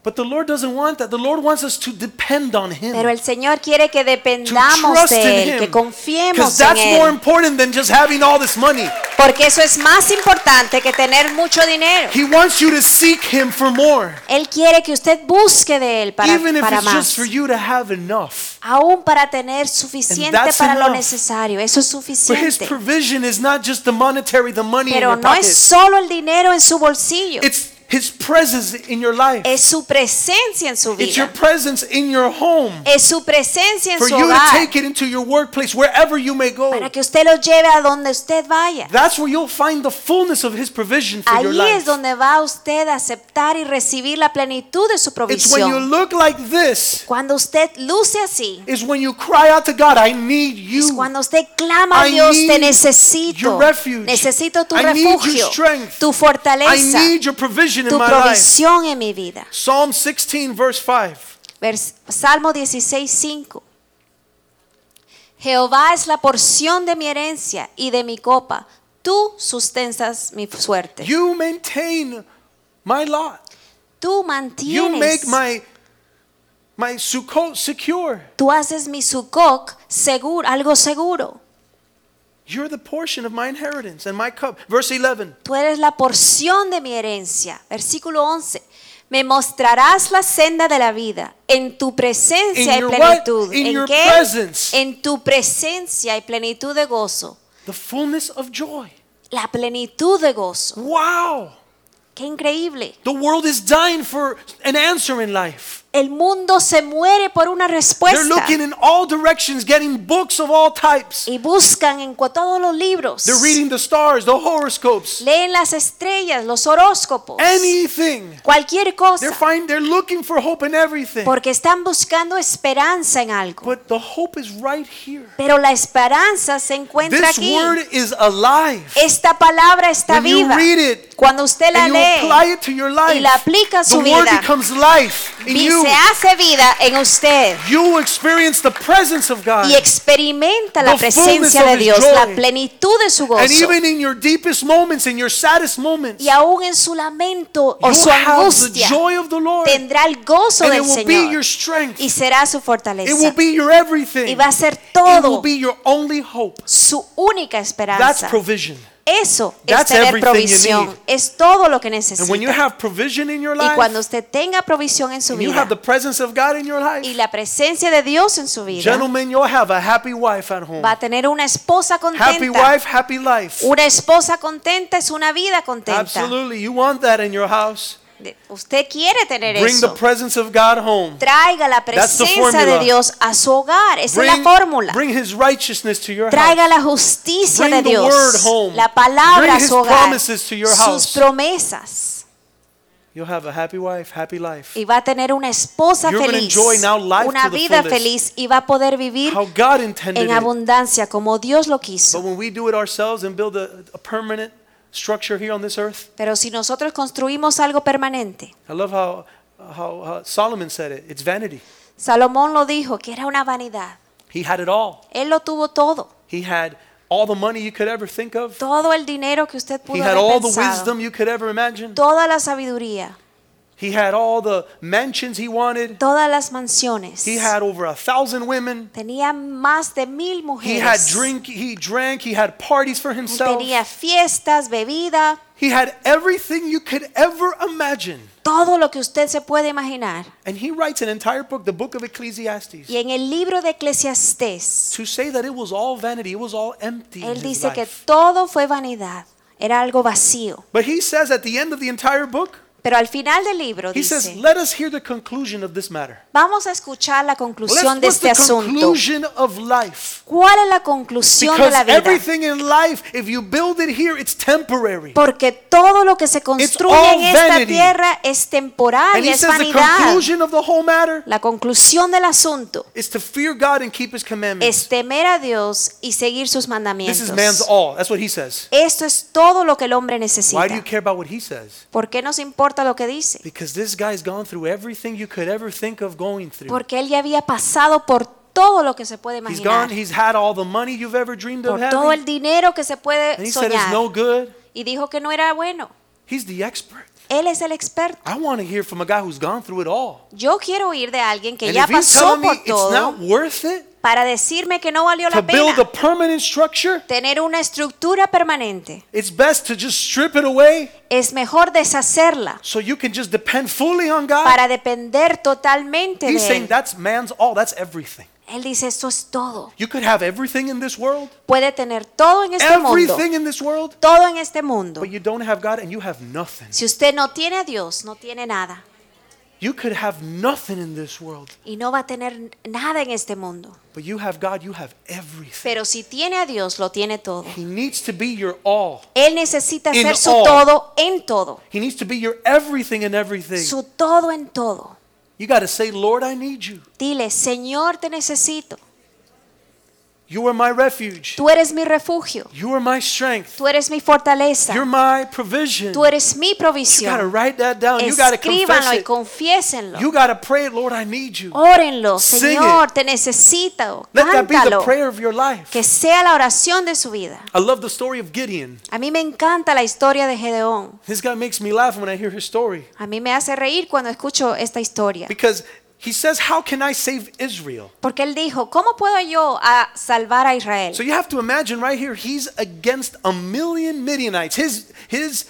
S1: But the Lord doesn't want that. The Lord wants us to depend on
S2: Pero
S1: Him.
S2: el Señor quiere que
S1: To
S2: dependamos
S1: trust
S2: de
S1: in
S2: Él, que
S1: Him.
S2: confiemos en
S1: that's more
S2: Él.
S1: important than just having all this money.
S2: Porque eso es más importante que tener mucho dinero.
S1: He wants you to seek Him for more.
S2: Él quiere que usted busque de Él para,
S1: Even if
S2: para
S1: it's just
S2: más.
S1: for you to have enough.
S2: Aún para tener suficiente
S1: that's
S2: para lo
S1: enough.
S2: necesario. Eso es
S1: But His
S2: suficiente.
S1: provision is not just the monetary, the money in
S2: Pero
S1: your
S2: no es
S1: pocket.
S2: solo el dinero en su bolsillo.
S1: It's His presence in your life.
S2: Es su presencia en su
S1: It's your
S2: vida.
S1: presence in your home.
S2: Es su presencia en
S1: For
S2: su
S1: you to
S2: hogar.
S1: take it into your workplace, wherever you may
S2: Para
S1: go.
S2: que usted lo lleve a donde usted vaya.
S1: That's where you'll find the fullness of His provision for your
S2: Ahí es
S1: life.
S2: donde va usted a aceptar y recibir la plenitud de su
S1: It's when you
S2: provisión.
S1: look like this,
S2: Cuando usted luce así,
S1: is when you cry out to God, I need
S2: es
S1: you.
S2: cuando usted clama a
S1: I
S2: Dios,
S1: need
S2: te necesito.
S1: your refuge.
S2: Necesito tu
S1: I need your
S2: refugio,
S1: strength.
S2: tu
S1: I
S2: fortaleza,
S1: need your provision in
S2: tu
S1: my life.
S2: provisión en mi vida.
S1: Psalm 16, verse 5.
S2: Vers- Salmo 16, 5. Jehová es la porción de mi herencia y de mi copa. Tú sustentas mi suerte.
S1: You maintain my lot.
S2: Tú
S1: You
S2: mantienes,
S1: make my my Sukkot secure.
S2: tú haces mi sucoc seguro, algo seguro.
S1: You're the portion of my inheritance and my cup. Verse 11.
S2: Tú eres la porción de mi herencia. Versículo 11. Me mostrarás la senda de la vida. En tu presencia
S1: In
S2: hay
S1: your
S2: plenitud.
S1: what? In
S2: ¿En
S1: your
S2: qué?
S1: presence.
S2: En tu presencia hay plenitud de gozo.
S1: The fullness of joy.
S2: La plenitud de gozo.
S1: Wow.
S2: Qué increíble.
S1: The world is dying for an answer in life.
S2: El mundo se muere por una
S1: They're
S2: respuesta
S1: looking in all directions, getting books of all types.
S2: y buscan en cua- todos los libros.
S1: They're reading the stars, the horoscopes,
S2: Leen las estrellas, los horóscopos,
S1: anything.
S2: cualquier
S1: They're
S2: cosa,
S1: find they're looking for hope in everything.
S2: porque están buscando esperanza en algo.
S1: But the hope is right here.
S2: Pero la esperanza se encuentra
S1: This
S2: aquí.
S1: word is alive.
S2: Esta palabra está
S1: When you
S2: viva.
S1: read it,
S2: Cuando usted la
S1: and you apply
S2: lee
S1: it to your life.
S2: y la aplica a su
S1: the word
S2: vida, "Ah".
S1: becomes life in
S2: vi-
S1: you.
S2: se hace vida en usted
S1: You will experience the presence of God.
S2: y experimenta la
S1: The fullness
S2: presencia
S1: of
S2: de
S1: his
S2: Dios, la
S1: joy.
S2: plenitud de su
S1: And
S2: gozo.
S1: even in your deepest moments, in your saddest moments,
S2: Y aún en su lamento o
S1: you
S2: su
S1: have the
S2: angustia,
S1: joy of the Lord.
S2: tendrá el gozo
S1: and it
S2: del
S1: will be your
S2: Señor
S1: strength.
S2: y será su
S1: It will
S2: fortaleza
S1: be your everything.
S2: y va a ser
S1: It will
S2: todo
S1: be your only hope.
S2: su única
S1: That's
S2: esperanza.
S1: provision.
S2: Eso es
S1: That's
S2: tener
S1: everything you
S2: provisión,
S1: need.
S2: es todo lo que
S1: And when you
S2: necesita.
S1: have provision in your
S2: Y
S1: life,
S2: cuando usted tenga provisión en su
S1: and you
S2: vida
S1: have the presence of God in your life,
S2: y la presencia de Dios en su vida,
S1: gentlemen, you'll have a happy wife at home.
S2: va a tener una esposa
S1: Happy
S2: contenta.
S1: wife, happy life.
S2: Una esposa contenta es una vida contenta.
S1: Absolutely. You want that in your house.
S2: De- Usted quiere tener
S1: Bring the
S2: eso.
S1: presence of God home.
S2: Traiga la
S1: That's the
S2: presencia de
S1: formula.
S2: Dios a su hogar. Esa es
S1: Bring,
S2: la fórmula.
S1: bring his righteousness to your
S2: Traiga
S1: house.
S2: la justicia
S1: Bring
S2: de
S1: the
S2: Dios,
S1: word home.
S2: la palabra
S1: Bring
S2: a
S1: his
S2: su hogar,
S1: promises to your house.
S2: sus promesas,
S1: You'll have a happy wife, happy life.
S2: y va a tener una esposa
S1: You're gonna
S2: feliz,
S1: enjoy now life
S2: una
S1: to the
S2: vida
S1: fullest.
S2: feliz, y va a poder vivir
S1: How God intended
S2: en
S1: it.
S2: abundancia como Dios lo
S1: But
S2: quiso.
S1: when we do it ourselves and build a, a permanent structure here on this earth,
S2: Pero si nosotros construimos algo permanente,
S1: I love how, how, how Solomon said it. It's vanity.
S2: Salomón lo dijo que era una vanidad.
S1: He had it all.
S2: Él lo tuvo todo,
S1: He had all the money you could ever think of.
S2: todo el dinero que usted
S1: He
S2: pudo
S1: had
S2: haber
S1: all the
S2: pensado,
S1: wisdom you could ever imagine.
S2: toda la sabiduría,
S1: He had all the mansions he wanted.
S2: todas las mansiones.
S1: He had over a thousand women.
S2: Tenía más de
S1: He
S2: mil
S1: had
S2: mujeres.
S1: drink. He drank. He had parties for
S2: Él
S1: himself.
S2: tenía fiestas, bebida,
S1: He had everything you could ever imagine.
S2: todo lo que usted se puede imaginar.
S1: And he writes an entire book, the book of Ecclesiastes,
S2: Y en el libro de Eclesiastés,
S1: to say that it was all vanity, it was all empty. in
S2: él
S1: his
S2: dice que
S1: life.
S2: todo fue vanidad, era algo vacío.
S1: But he says at the end of the entire book,
S2: Pero al final del libro
S1: he says,
S2: dice,
S1: "Let us hear the conclusion of this matter."
S2: vamos a escuchar la conclusión de
S1: Let's, what's
S2: este
S1: the
S2: asunto.
S1: conclusion of life?
S2: ¿Cuál es la conclusión de
S1: Because
S2: la vida?
S1: everything in life, if you build it here, it's temporary.
S2: Porque todo lo que se construye en
S1: all
S2: esta
S1: vanity.
S2: tierra es
S1: And
S2: temporario,
S1: he
S2: es
S1: says the
S2: vanidad.
S1: conclusion of the whole matter
S2: La conclusión del asunto
S1: is to fear God and keep His commandments.
S2: es temer a Dios y seguir sus
S1: This is man's
S2: mandamientos.
S1: all. That's what he says.
S2: Esto es todo lo que el hombre
S1: Why do you
S2: necesita.
S1: care about what he says?
S2: ¿Por qué nos importa lo que dice?
S1: Because this guy's gone through everything you could ever think of going through.
S2: Porque él ya había pasado por todo lo que se puede
S1: He's gone,
S2: imaginar,
S1: he's had all the money you've ever dreamed of
S2: por todo el
S1: having.
S2: dinero que se
S1: And
S2: puede
S1: he said it's no
S2: soñar.
S1: good.
S2: Y dijo que no era bueno.
S1: He's the expert.
S2: Él es el experto.
S1: I want to hear from a guy who's gone through it all.
S2: Yo quiero oír de alguien que
S1: And
S2: ya
S1: if he's
S2: pasó
S1: telling me
S2: por
S1: it's
S2: todo
S1: not worth it
S2: para decirme que no valió
S1: to
S2: la
S1: build a
S2: pena
S1: permanent structure,
S2: tener una estructura permanente.
S1: it's best to just strip it away
S2: Es mejor deshacerla
S1: so you can just depend fully on God.
S2: para depender totalmente
S1: He's
S2: de
S1: saying
S2: él.
S1: that's man's all, that's everything.
S2: Él dice, esto es todo.
S1: You could have everything in this world,
S2: Puede tener todo en este mundo,
S1: everything in this world,
S2: todo en este mundo.
S1: but you don't have God and you have nothing.
S2: Si usted no tiene a Dios, no tiene nada
S1: You could have nothing in this world,
S2: y no va a tener nada en este mundo.
S1: but you have God, you have everything.
S2: Pero si tiene a Dios, lo tiene todo.
S1: He needs to be your all.
S2: Él necesita
S1: In
S2: ser su
S1: all.
S2: todo en todo,
S1: He needs to be your everything and everything.
S2: su todo en todo.
S1: You got to say, Lord, I need you.
S2: Dile, Señor, te necesito.
S1: You are my refuge.
S2: Tú eres mi refugio,
S1: You are my strength.
S2: tú eres mi fortaleza,
S1: You're my provision.
S2: tú eres mi
S1: You got to
S2: provisión.
S1: write that down. You got to confess
S2: Escríbanlo y Oh,
S1: it.
S2: confiésenlo.
S1: You got to pray, Lord, I need you.
S2: Órenlo,
S1: Sing
S2: Señor, te necesito.
S1: Let that be the
S2: Cántalo.
S1: prayer of your life.
S2: Que sea la oración de su vida.
S1: I love the story of Gideon.
S2: A mí me encanta la historia de Gedeón.
S1: This guy makes me laugh when I hear his story
S2: A mí me hace reír cuando escucho esta historia.
S1: because he says, How can I save Israel?
S2: Porque él dijo, ¿cómo puedo yo a salvar a Israel?
S1: So you have to imagine right here, he's against a million Midianites. His, his,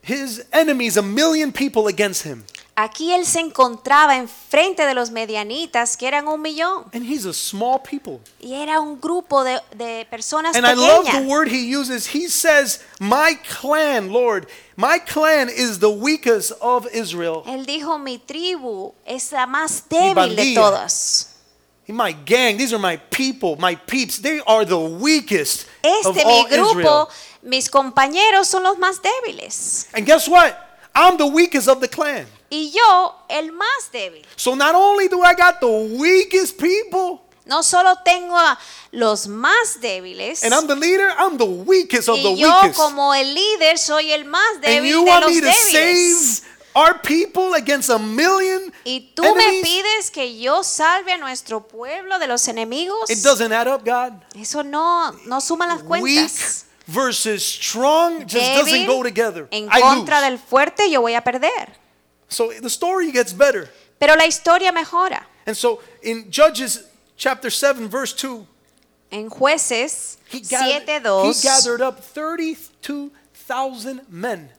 S1: his enemies, a million people against him.
S2: Aquí él se encontraba enfrente de los medianitas, que eran un millón,
S1: And he's a small people.
S2: y era un grupo de, de personas
S1: And I love the
S2: pequeñas.
S1: word he uses. He says, My clan, Lord, my clan is the weakest of Israel.
S2: Él dijo, mi tribu es la más débil de
S1: bandilla.
S2: todas.
S1: My gang, these are my people, my peeps. They are the weakest of
S2: Este mi
S1: all
S2: grupo,
S1: Israel.
S2: mis compañeros son los más débiles.
S1: And guess what? I'm the weakest of the clan.
S2: Y yo, el más débil.
S1: So not only do I got the weakest people,
S2: No solo tengo a los más débiles,
S1: and I'm the leader, I'm the weakest of the
S2: y yo
S1: weakest.
S2: como el líder soy el más
S1: And
S2: débil
S1: you
S2: de
S1: want
S2: los
S1: me to
S2: débiles.
S1: save our people against a million
S2: Y tú me
S1: enemies?
S2: pides que yo salve a nuestro pueblo de los enemigos.
S1: It doesn't add up, God.
S2: Eso no, no suma las
S1: Weak
S2: cuentas.
S1: versus strong just doesn't
S2: Débil
S1: go together.
S2: en
S1: I
S2: contra
S1: lose.
S2: del fuerte, yo voy a perder.
S1: So the story gets better.
S2: Pero la historia mejora.
S1: And so in Judges chapter 7 verse 2,
S2: En Jueces
S1: he gathered, he
S2: 7:2,
S1: gathered up 32,000 men.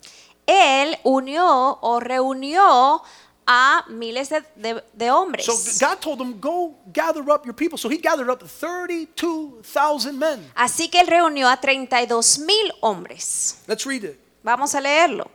S2: él unió o reunió a miles de, de- de hombres.
S1: So God told him, go gather up your people. So he gathered up 32,000 men.
S2: Así que él reunió a 32 mil hombres.
S1: Let's read it.
S2: Vamos a leerlo.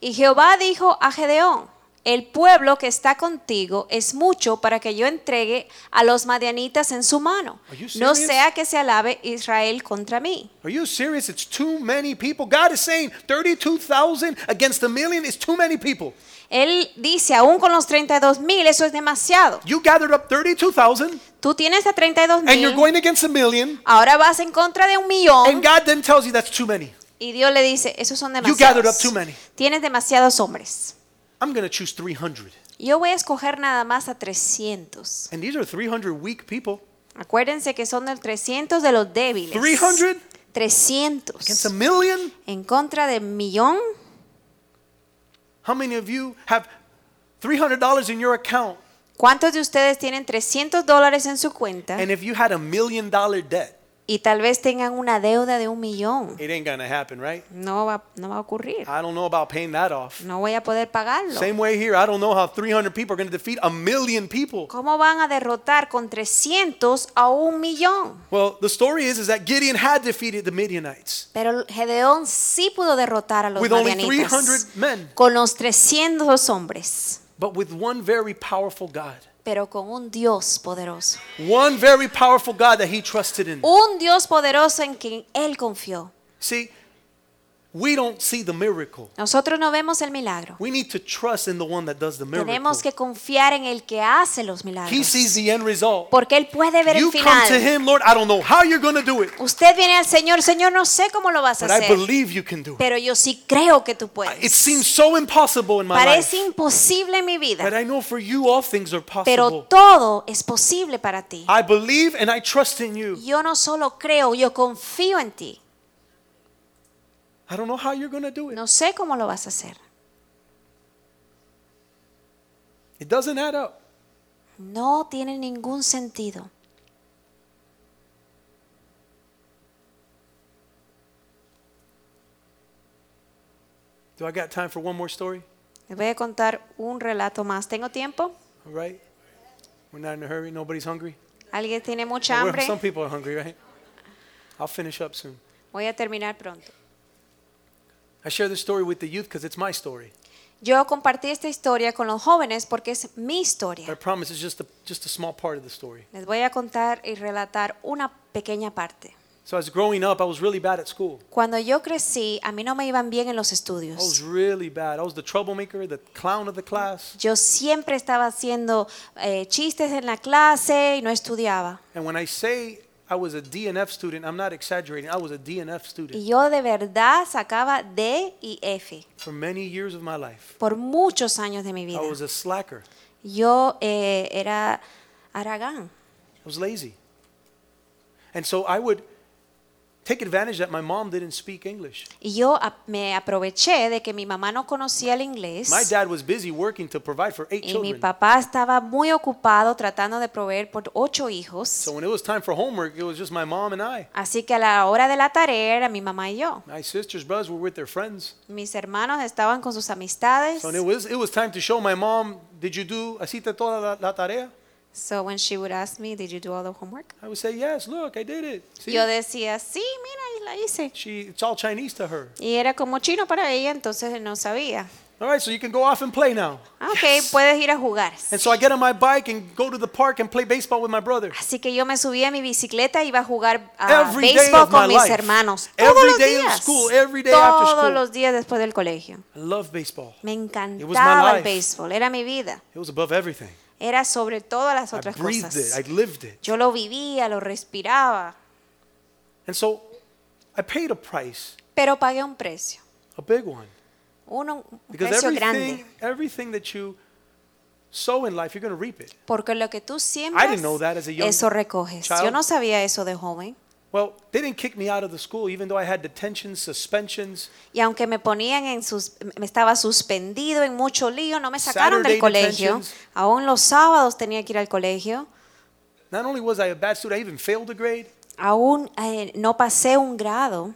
S2: Y Jehová dijo a Gedeón, el pueblo que está contigo es mucho para que yo entregue a los madianitas en su mano.
S1: Are you
S2: No
S1: serious?
S2: sea que se alabe Israel contra mí.
S1: Are you serious? It's too many people. God is saying 32,000 against a million is too many people.
S2: Él dice, aún con los 32 mil, eso es demasiado.
S1: You gathered up 32,000
S2: Tú tienes a 32
S1: and you're
S2: mil,
S1: going against a million.
S2: ahora vas en contra de un
S1: And
S2: millón.
S1: God then tells you that's too many.
S2: Y Dios le dice, esos son
S1: You gathered
S2: demasiados.
S1: up too many.
S2: Tienes demasiados hombres.
S1: I'm going to choose 300.
S2: Yo voy a escoger nada más a 300.
S1: And these are 300 weak people.
S2: Acuérdense que son del 300 de los débiles.
S1: 300 against a
S2: 300
S1: million?
S2: en contra de millón.
S1: How many of you have $300 in your account?
S2: ¿Cuántos de ustedes tienen 300 dólares en su cuenta
S1: And if you had a million dollar debt,
S2: y tal vez tengan una deuda de un millón?
S1: it ain't going to happen, right?
S2: No va, no va a ocurrir.
S1: I don't know about paying that off.
S2: No voy a poder pagarlo.
S1: Ah. Same way here, I don't know how 300 people are going to defeat a million people.
S2: ¿Cómo van a derrotar con 300 a un millón?
S1: Well, the story is, is that Gideon had defeated the Midianites
S2: Pero Gedeón sí pudo derrotar a los
S1: with only
S2: madianitas
S1: 300 men,
S2: con los 300 hombres,
S1: but with one very powerful God.
S2: pero con un Dios poderoso.
S1: One very powerful God that he trusted in.
S2: Un Dios poderoso en quien él confió.
S1: See, we don't see the miracle.
S2: Nosotros no vemos el milagro.
S1: We need to trust in the one that does the miracle.
S2: Tenemos que confiar en el que hace los
S1: He
S2: milagros.
S1: sees the end result.
S2: Porque Él puede ver el
S1: You come to
S2: final.
S1: him, Lord, I don't know how you're going to do it,
S2: Usted viene al Señor, Señor, no sé cómo lo vas a
S1: but I
S2: hacer,
S1: believe you can do it.
S2: pero yo sí creo que tú
S1: It
S2: puedes.
S1: seems so impossible in my life,
S2: Parece imposible en mi
S1: but
S2: vida,
S1: I know for you all things are
S2: pero
S1: possible.
S2: todo es posible para ti.
S1: I believe and I trust in you.
S2: Yo no solo creo, yo confío en ti.
S1: I don't know how you're going to do it.
S2: No sé cómo lo vas a hacer.
S1: It doesn't add up.
S2: No tiene ningún sentido.
S1: Do I got time for one more story?
S2: Les voy a contar un relato más. ¿Tengo tiempo?
S1: All right. We're not in a hurry. Nobody's hungry.
S2: ¿Alguien tiene mucha
S1: We're-
S2: hambre?
S1: Some people are hungry, right? I'll finish up soon.
S2: Voy a terminar pronto.
S1: I share this story with the youth because it's my story.
S2: Yo compartí esta historia con los jóvenes porque es
S1: But
S2: mi
S1: I
S2: historia.
S1: promise it's just a, just a small part of the story.
S2: Les voy a contar y relatar una pequeña parte.
S1: So as growing up, I was really bad at school.
S2: Cuando yo crecí, a mí no me iban bien en los
S1: I was
S2: estudios.
S1: really bad. I was the troublemaker, the clown of the class.
S2: Yo siempre estaba haciendo eh, chistes en la clase y no estudiaba.
S1: And when I say I was a DNF student, I'm not exaggerating. I was a DNF
S2: Y
S1: student
S2: yo de verdad sacaba D y F
S1: for many years of my life.
S2: por muchos años de mi vida.
S1: I was a slacker.
S2: Yo eh, era aragán.
S1: I was lazy. And so I would take advantage that my mom didn't speak English.
S2: Y yo ap- me aproveché de que mi mamá no conocía el inglés.
S1: My dad was busy working to provide for eight
S2: Y mi
S1: children.
S2: papá estaba muy ocupado tratando de proveer por ocho hijos.
S1: So when it was time for homework, it was just my mom and I.
S2: Así que a la hora de la tarea era mi mamá y yo.
S1: My sisters, brothers were with their friends.
S2: Mis hermanos estaban con sus amistades.
S1: So when it was it was time to show my mom, did you do asita toda la, la tarea?
S2: So when she would ask me, did you do all the homework?
S1: I would say, yes, look, I did it. See?
S2: Yo decía, sí, mira, y la hice.
S1: She, it's all Chinese to her.
S2: Y era como chino para ella, entonces no sabía.
S1: All right, so you can go off and play now.
S2: Ah, Ok, puedes ir a jugar.
S1: And so I get on my bike and go to the park and play baseball with my brother.
S2: Así que yo me subí a mi bicicleta y iba a jugar a
S1: Every day
S2: béisbol
S1: of my
S2: con mis
S1: life.
S2: hermanos.
S1: Every
S2: Todos los
S1: day of
S2: días.
S1: school, every day after
S2: Todos
S1: school.
S2: los días después del colegio.
S1: I love baseball.
S2: Me
S1: my
S2: encantaba el
S1: life.
S2: béisbol, era mi vida.
S1: It was above everything.
S2: Era sobre todas las
S1: I
S2: otras
S1: breathed
S2: cosas.
S1: it. I lived it.
S2: Yo lo vivía, lo respiraba,
S1: And so I paid a price,
S2: pero pagué un precio.
S1: a big one.
S2: Uno, un
S1: Because
S2: precio
S1: everything,
S2: grande.
S1: everything that you sow in life, you're going to reap it.
S2: Porque lo que tú siembras,
S1: I didn't know that as a young
S2: eso recoges.
S1: child.
S2: Yo no sabía eso de joven.
S1: Well, they didn't kick me out of the school, even though I had detentions, suspensions,
S2: Y aunque me ponían en sus, me estaba suspendido en mucho lío, no me sacaron
S1: Saturday
S2: del colegio.
S1: detentions.
S2: Aún los sábados tenía que ir al colegio.
S1: Not only was I a bad student, I even failed a grade.
S2: Aún eh, no pasé un grado.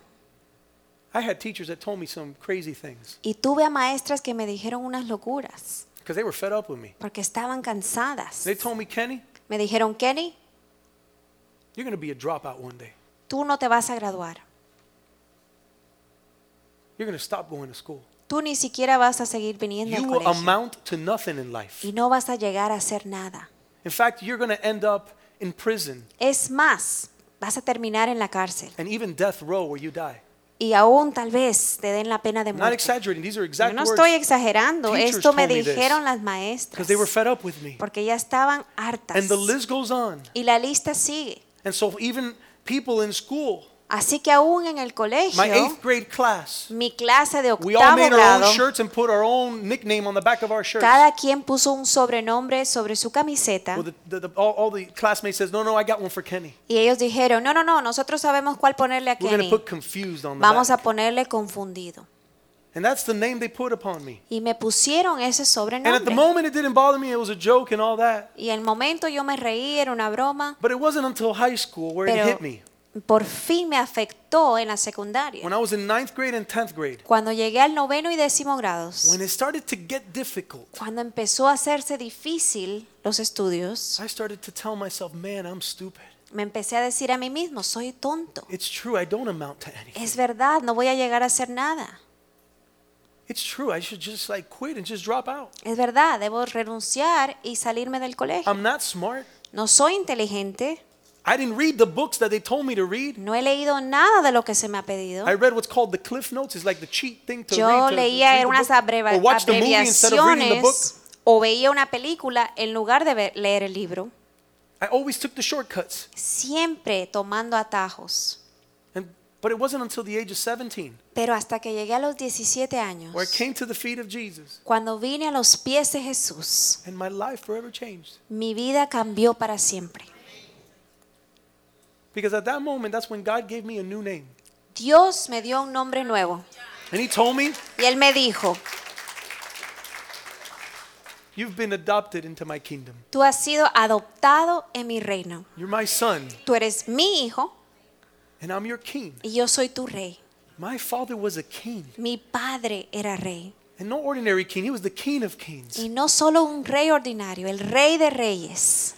S1: I had teachers that told me some crazy things
S2: Y tuve a maestras que me dijeron unas locuras,
S1: because they were fed up with me.
S2: porque estaban cansadas.
S1: They told me, Kenny,
S2: Me dijeron, Kenny,
S1: you're going to be a dropout one day.
S2: tú no te vas a graduar.
S1: You're going to stop going to school.
S2: Tú ni siquiera vas a seguir viniendo
S1: You
S2: al
S1: will
S2: colegio.
S1: amount to nothing in life.
S2: Y no vas a llegar a hacer nada.
S1: In fact, you're going to end up in prison
S2: Es más, vas a terminar en la cárcel.
S1: and even death row where you die.
S2: Y aún tal vez te den la pena de
S1: I'm not
S2: muerte.
S1: exaggerating. These are
S2: Yo
S1: exact
S2: no estoy
S1: words
S2: exagerando.
S1: Teachers
S2: Esto me
S1: told me this.
S2: dijeron las
S1: because
S2: maestras.
S1: they were fed up with me.
S2: Porque ya estaban hartas.
S1: And the list goes on.
S2: Y la lista sigue.
S1: And so even people in school,
S2: Así que aún en el
S1: my
S2: colegio,
S1: eighth grade class,
S2: mi clase de
S1: we all
S2: octavo
S1: made our
S2: grado,
S1: own shirts and put our own nickname on the back of our shirts.
S2: cada quien puso un sobrenombre sobre su camiseta.
S1: Well, the, the, the, all, all the classmates says, no, no, I got one for Kenny.
S2: Y ellos dijeron, no, no, no, nosotros sabemos cuál ponerle a
S1: We're going to
S2: Kenny.
S1: put confused on the
S2: Vamos a
S1: back.
S2: ponerle confundido.
S1: And that's the name they put upon me.
S2: Y me pusieron
S1: And at
S2: ese
S1: the
S2: sobrenombre.
S1: moment, it didn't bother me. It was a joke and all that.
S2: Y en el momento yo me reí, era una broma,
S1: But it wasn't until high school where it
S2: pero
S1: hit me.
S2: por fin me afectó en la secundaria.
S1: When I was in ninth grade and tenth grade,
S2: Cuando llegué al noveno y décimo grados,
S1: when it started to get difficult,
S2: cuando empezó a hacerse difícil los estudios,
S1: I started to tell myself, man, I'm stupid.
S2: me empecé a decir a mí mismo, soy tonto.
S1: It's true. I don't amount to anything.
S2: Es verdad, no voy a llegar a hacer nada.
S1: It's true. I should just like quit and just drop out.
S2: Es verdad, debo renunciar y salirme del colegio.
S1: I'm not smart.
S2: No soy inteligente,
S1: I didn't read the books that they told me to read.
S2: no he leído nada de lo que se me ha pedido.
S1: I read what's called the Cliff Notes. It's like the cheat thing to
S2: Yo
S1: read. To,
S2: leía
S1: read the
S2: unas
S1: book.
S2: abreva-
S1: or watch the movie instead of reading the book.
S2: abreviaciones o veía una película en lugar de ver- leer el libro,
S1: I always took the shortcuts.
S2: siempre tomando atajos.
S1: And, but it wasn't until the age of 17
S2: Pero hasta que llegué a los 17 años,
S1: where I came to the feet of Jesus
S2: cuando vine a los pies de Jesús,
S1: and my life forever changed.
S2: mi vida cambió para siempre.
S1: Because at that moment, that's when God gave me a new name.
S2: Dios me dio un nombre nuevo
S1: And He told me,
S2: y él me dijo,
S1: You've been adopted into my kingdom.
S2: tú has sido adoptado en mi reino,
S1: You're my son,
S2: tú eres mi hijo
S1: and I'm your king.
S2: y yo soy tu rey.
S1: My father was a king,
S2: Mi padre era rey
S1: and no ordinary king. He was the king of kings.
S2: y no solo un rey ordinario, el rey de reyes.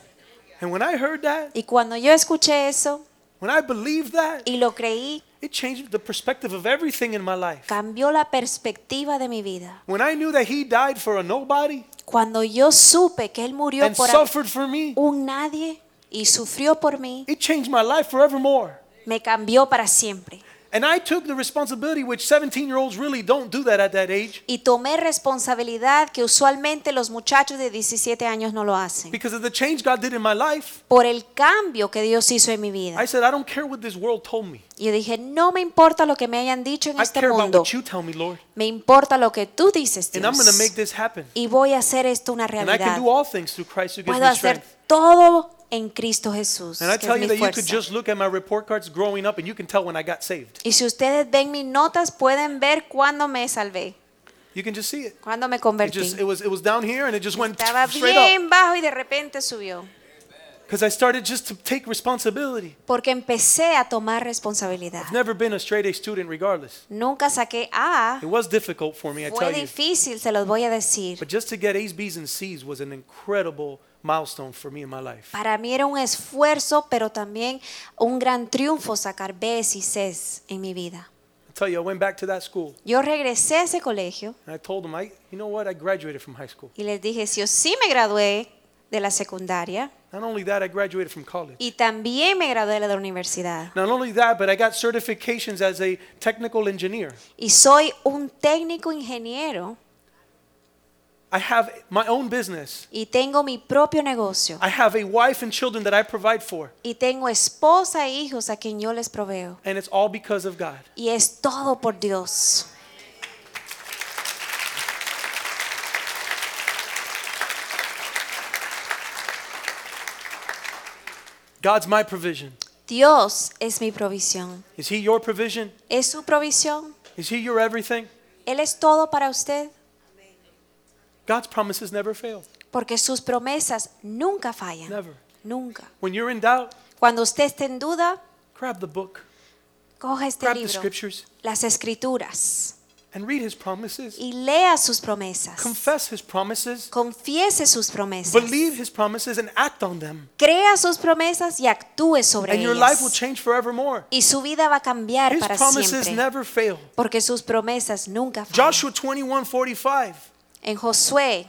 S1: And when I heard that,
S2: Y cuando yo escuché eso
S1: when I believed that,
S2: y lo creí,
S1: it changed the perspective of everything in my life.
S2: cambió la perspectiva de mi vida.
S1: When I knew that he died for a nobody
S2: Cuando yo supe que Él murió
S1: and
S2: por
S1: suffered for me,
S2: un nadie y sufrió por mí,
S1: it changed my life forevermore.
S2: me cambió para siempre.
S1: And I took the responsibility, which 17 year olds really don't do that at that age,
S2: Y tomé responsabilidad que usualmente los muchachos de 17 años no lo hacen.
S1: because of the change God did in my life.
S2: Por el cambio que Dios hizo en mi vida.
S1: I said, I don't care what this world told me.
S2: Y yo dije, no me importa lo que me hayan dicho en
S1: I
S2: este
S1: care about
S2: mundo.
S1: what you tell me, Lord.
S2: Me importa lo que tú dices,
S1: And I'm
S2: Dios.
S1: going to make this happen.
S2: Y voy a hacer esto una
S1: And I
S2: realidad.
S1: can do all things through Christ who gives
S2: Puedo
S1: me
S2: hacer
S1: strength.
S2: todo en Cristo Jesús,
S1: And I
S2: que
S1: tell you
S2: es mi
S1: that you
S2: fuerza.
S1: could just look at my report cards growing up and you can tell when I got saved.
S2: Y si ustedes ven mis notas, pueden ver cuándo me salvé,
S1: You can just see it.
S2: cuándo me
S1: It
S2: convertí.
S1: just it was it was down here and it just went
S2: Estaba
S1: straight up
S2: bien bajo y de repente subió,
S1: because I started just to take responsibility.
S2: porque empecé a tomar responsabilidad.
S1: I've never been a straight A student regardless.
S2: Nunca saqué A,
S1: It was difficult for me, I
S2: fue
S1: tell you.
S2: difícil, se los voy a decir.
S1: But just to get A's, B's, and C's was an incredible milestone for me in my life.
S2: Para mí era un esfuerzo, pero también un gran triunfo sacar B's y C's en mi vida.
S1: I tell you, I went back to that school
S2: Yo regresé a ese colegio
S1: and I told them, I, you know what, I graduated from high school.
S2: y les dije, si yo sí me gradué de la secundaria
S1: Not only that, I graduated from college.
S2: y también me gradué de la universidad
S1: Not only that, but I got certifications as a technical engineer.
S2: y soy un técnico ingeniero
S1: I have my own business.
S2: y tengo mi propio negocio
S1: I have a wife and children that I provide for.
S2: y tengo esposa e hijos a quien yo les proveo
S1: And it's all because of God.
S2: y es todo por Dios.
S1: God's my provision.
S2: Dios es mi provisión.
S1: Is He your provision?
S2: ¿Es su provisión?
S1: Is He your everything?
S2: Él es todo para usted
S1: God's promises never fail.
S2: porque sus promesas nunca fallan.
S1: Never.
S2: Nunca.
S1: When you're in doubt,
S2: Cuando usted esté en duda,
S1: grab the book,
S2: coja este
S1: grab the
S2: libro,
S1: scriptures,
S2: las escrituras.
S1: and read His promises.
S2: y lea sus promesas.
S1: Confess His promises,
S2: Confiese sus promesas.
S1: believe His promises, and act on them.
S2: Crea sus promesas y actúe sobre
S1: And your life will
S2: ellas.
S1: change forevermore.
S2: Y su vida va a cambiar
S1: His
S2: para
S1: promises
S2: siempre.
S1: never fail.
S2: Porque sus promesas nunca fallan.
S1: Joshua 21 45.
S2: En Josué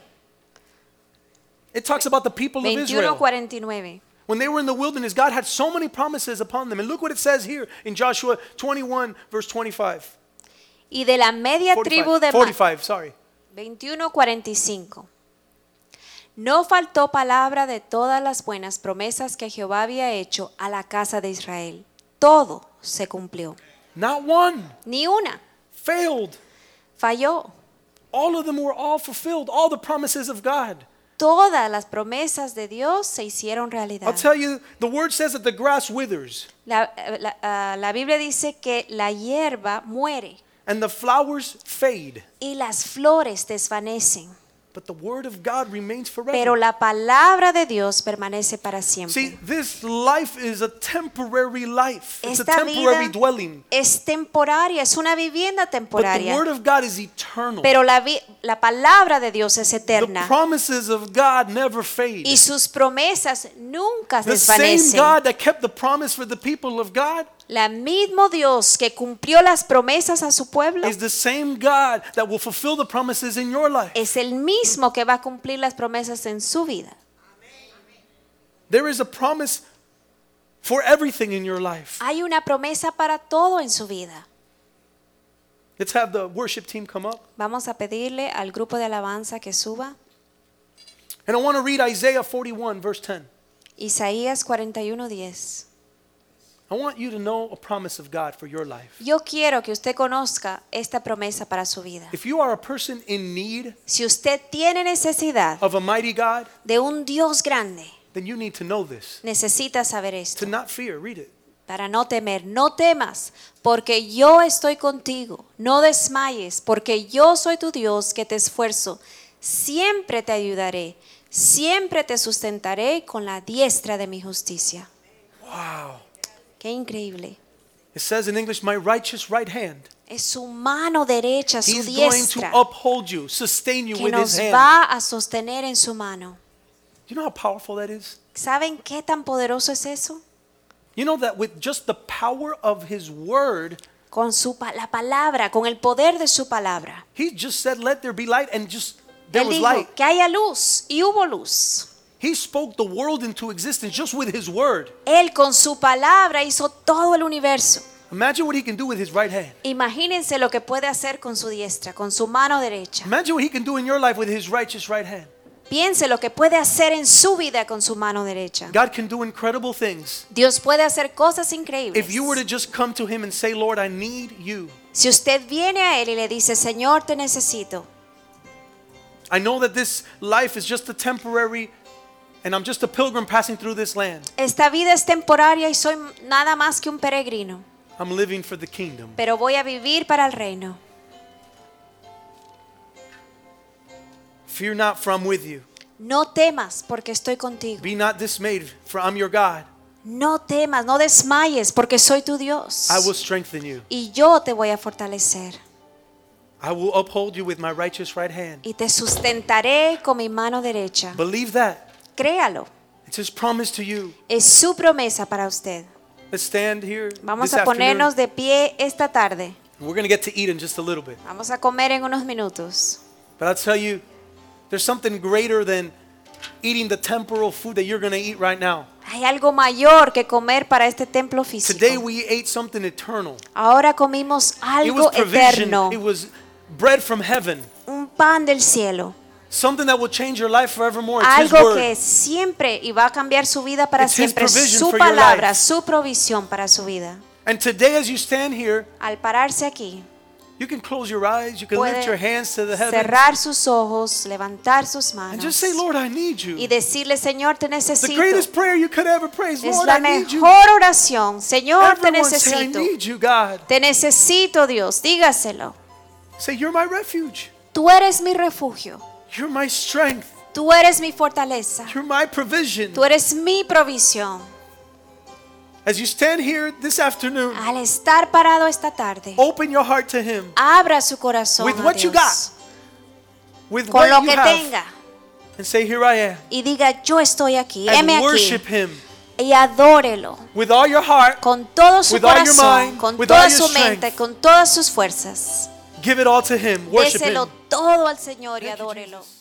S1: It talks about the people of Israel.
S2: 21:49.
S1: When they were in the wilderness, God had so many promises upon them. And look what it says here in Joshua 21, verse 25.
S2: Y de la media tribu
S1: 45,
S2: de Ma-
S1: 45 sorry.
S2: 21:45. No faltó palabra de todas las buenas promesas que Jehová había hecho a la casa de Israel. Todo se cumplió.
S1: Not one
S2: Ni una
S1: failed.
S2: falló.
S1: All of them were all fulfilled, all the promises of God.
S2: Todas las promesas de Dios se hicieron realidad.
S1: I'll tell you, the word says that the grass withers
S2: La, la- ah, la Biblia dice que la hierba muere
S1: and the flowers fade,
S2: y las flores desvanecen,
S1: but the word of God remains
S2: pero
S1: forever.
S2: la palabra de Dios permanece para siempre.
S1: See, this life is a temporary life, it's a
S2: Esta
S1: temporary
S2: vida
S1: dwelling.
S2: es temporaria, es una vivienda
S1: But the
S2: temporaria,
S1: word of God is eternal.
S2: pero la, vi- la palabra de Dios es
S1: The
S2: eterna
S1: promises of God never fade.
S2: y sus promesas nunca
S1: The same
S2: desvanecen.
S1: God that kept the promise for the people of God
S2: La mismo Dios que cumplió las promesas a su pueblo
S1: is the same God that will fulfill the promises in your life.
S2: es el mismo que va a cumplir las promesas en su vida.
S1: There is a promise for everything in your life.
S2: Hay una promesa para todo en su vida.
S1: Let's have the worship team come up.
S2: Vamos a pedirle al grupo de alabanza que suba.
S1: And I want to read Isaiah 41, verse 10.
S2: Isaías 41:10.
S1: I want you to know a promise of God for your life.
S2: Yo quiero que usted conozca esta promesa para su vida.
S1: If you are a person in need
S2: Si usted tiene necesidad
S1: of a mighty God,
S2: de un Dios grande,
S1: then you need to know this.
S2: necesita saber esto
S1: To not fear, read it.
S2: para no temer. No temas, porque yo estoy contigo. No desmayes, porque yo soy tu Dios que te esfuerzo. Siempre te ayudaré. Siempre te sustentaré con la diestra de mi justicia.
S1: Wow.
S2: Qué increíble.
S1: It says in English, my righteous right hand.
S2: Es su mano derecha, su
S1: He's going to
S2: diestra,
S1: uphold you, sustain you
S2: que
S1: with his
S2: nos
S1: hand.
S2: va a sostener en su mano.
S1: you know how powerful that is?
S2: ¿Saben qué tan poderoso es eso?
S1: You know that with just the power of his word,
S2: Con su pa- la palabra, con el poder de su palabra.
S1: he just said, Let there be light, and just there
S2: Él
S1: was
S2: dijo
S1: light.
S2: que haya luz y hubo luz.
S1: He spoke the world into existence just with his word.
S2: Él con su palabra hizo todo el universo.
S1: Imagine what he can do with his right hand.
S2: Imagínense lo que puede hacer con su diestra, con su mano derecha.
S1: Imagine what he can do in your life with his righteous right hand.
S2: Piense lo que puede hacer en su vida con su mano derecha.
S1: God can do incredible things.
S2: Dios puede hacer cosas increíbles.
S1: If you were to just come to him and say, Lord, I need you,
S2: Si usted viene a Él y le dice, Señor, te necesito.
S1: I know that this life is just a temporary, and I'm just a pilgrim passing through this land.
S2: Esta vida es temporaria y soy nada más que un peregrino,
S1: I'm living for the kingdom.
S2: pero voy a vivir para el reino.
S1: Fear not, for I'm with you.
S2: No temas porque estoy contigo.
S1: Be not dismayed, for I'm your God.
S2: No temas, no desmayes porque soy tu Dios.
S1: I will strengthen you.
S2: Y yo te voy a fortalecer.
S1: I will uphold you with my righteous right hand.
S2: y te sustentaré con mi mano derecha.
S1: Believe that.
S2: Créalo,
S1: It's his promise to you.
S2: es su promesa para usted.
S1: Let's stand here.
S2: Vamos
S1: this
S2: a ponernos
S1: afternoon.
S2: de pie esta tarde.
S1: We're going to get to eat in just a little bit.
S2: Vamos a comer en unos minutos.
S1: But I'll tell you, there's something greater than eating the temporal food that you're going to eat right now.
S2: Hay algo mayor que comer para este templo físico.
S1: Today we ate something eternal.
S2: Ahora comimos
S1: It was
S2: algo
S1: provision.
S2: eterno,
S1: It was bread from heaven.
S2: un pan del cielo,
S1: Something that will change your life forevermore. Oh, It's His
S2: algo que
S1: word.
S2: siempre y va a cambiar su vida para
S1: It's His
S2: siempre,
S1: provision
S2: su
S1: for your
S2: palabra,
S1: life.
S2: su provisión para su vida.
S1: And today, as you stand here,
S2: Al pararse aquí,
S1: you can close your eyes. You can
S2: puede
S1: lift your hands to the heavens
S2: cerrar sus ojos, levantar sus
S1: and
S2: manos.
S1: just say, "Lord, I need you."
S2: y decirle, Señor, te
S1: The
S2: necesito.
S1: greatest prayer you could ever pray is,
S2: Es
S1: "Lord,
S2: la
S1: I need you."
S2: mejor oración. Señor, te
S1: Everyone say, "I
S2: necesito.
S1: need you, God."
S2: Te necesito, Dios. Dígaselo.
S1: Say, "You're my refuge.
S2: Tú eres mi refugio.
S1: You're my strength.
S2: Tú eres mi fortaleza.
S1: You're my provision."
S2: Tú eres mi provisión.
S1: As you stand here this afternoon,
S2: Al estar parado esta tarde,
S1: open your heart to Him
S2: abra su corazón
S1: With
S2: a
S1: what you
S2: Dios.
S1: with
S2: con
S1: what
S2: lo
S1: you
S2: que
S1: have
S2: tenga.
S1: and say, "Here I am."
S2: Y diga, yo estoy aquí.
S1: And
S2: Heme aquí.
S1: worship Him
S2: Y adórelo.
S1: with all your heart.
S2: Con todo su
S1: With all your
S2: corazón,
S1: mind,
S2: con
S1: with
S2: toda
S1: all your
S2: su mente,
S1: strength.
S2: con todas sus fuerzas.
S1: Give it all to Him. Worship
S2: Déselo
S1: Him.
S2: todo al Señor y
S1: Thank you,
S2: adórelo.
S1: Jesus.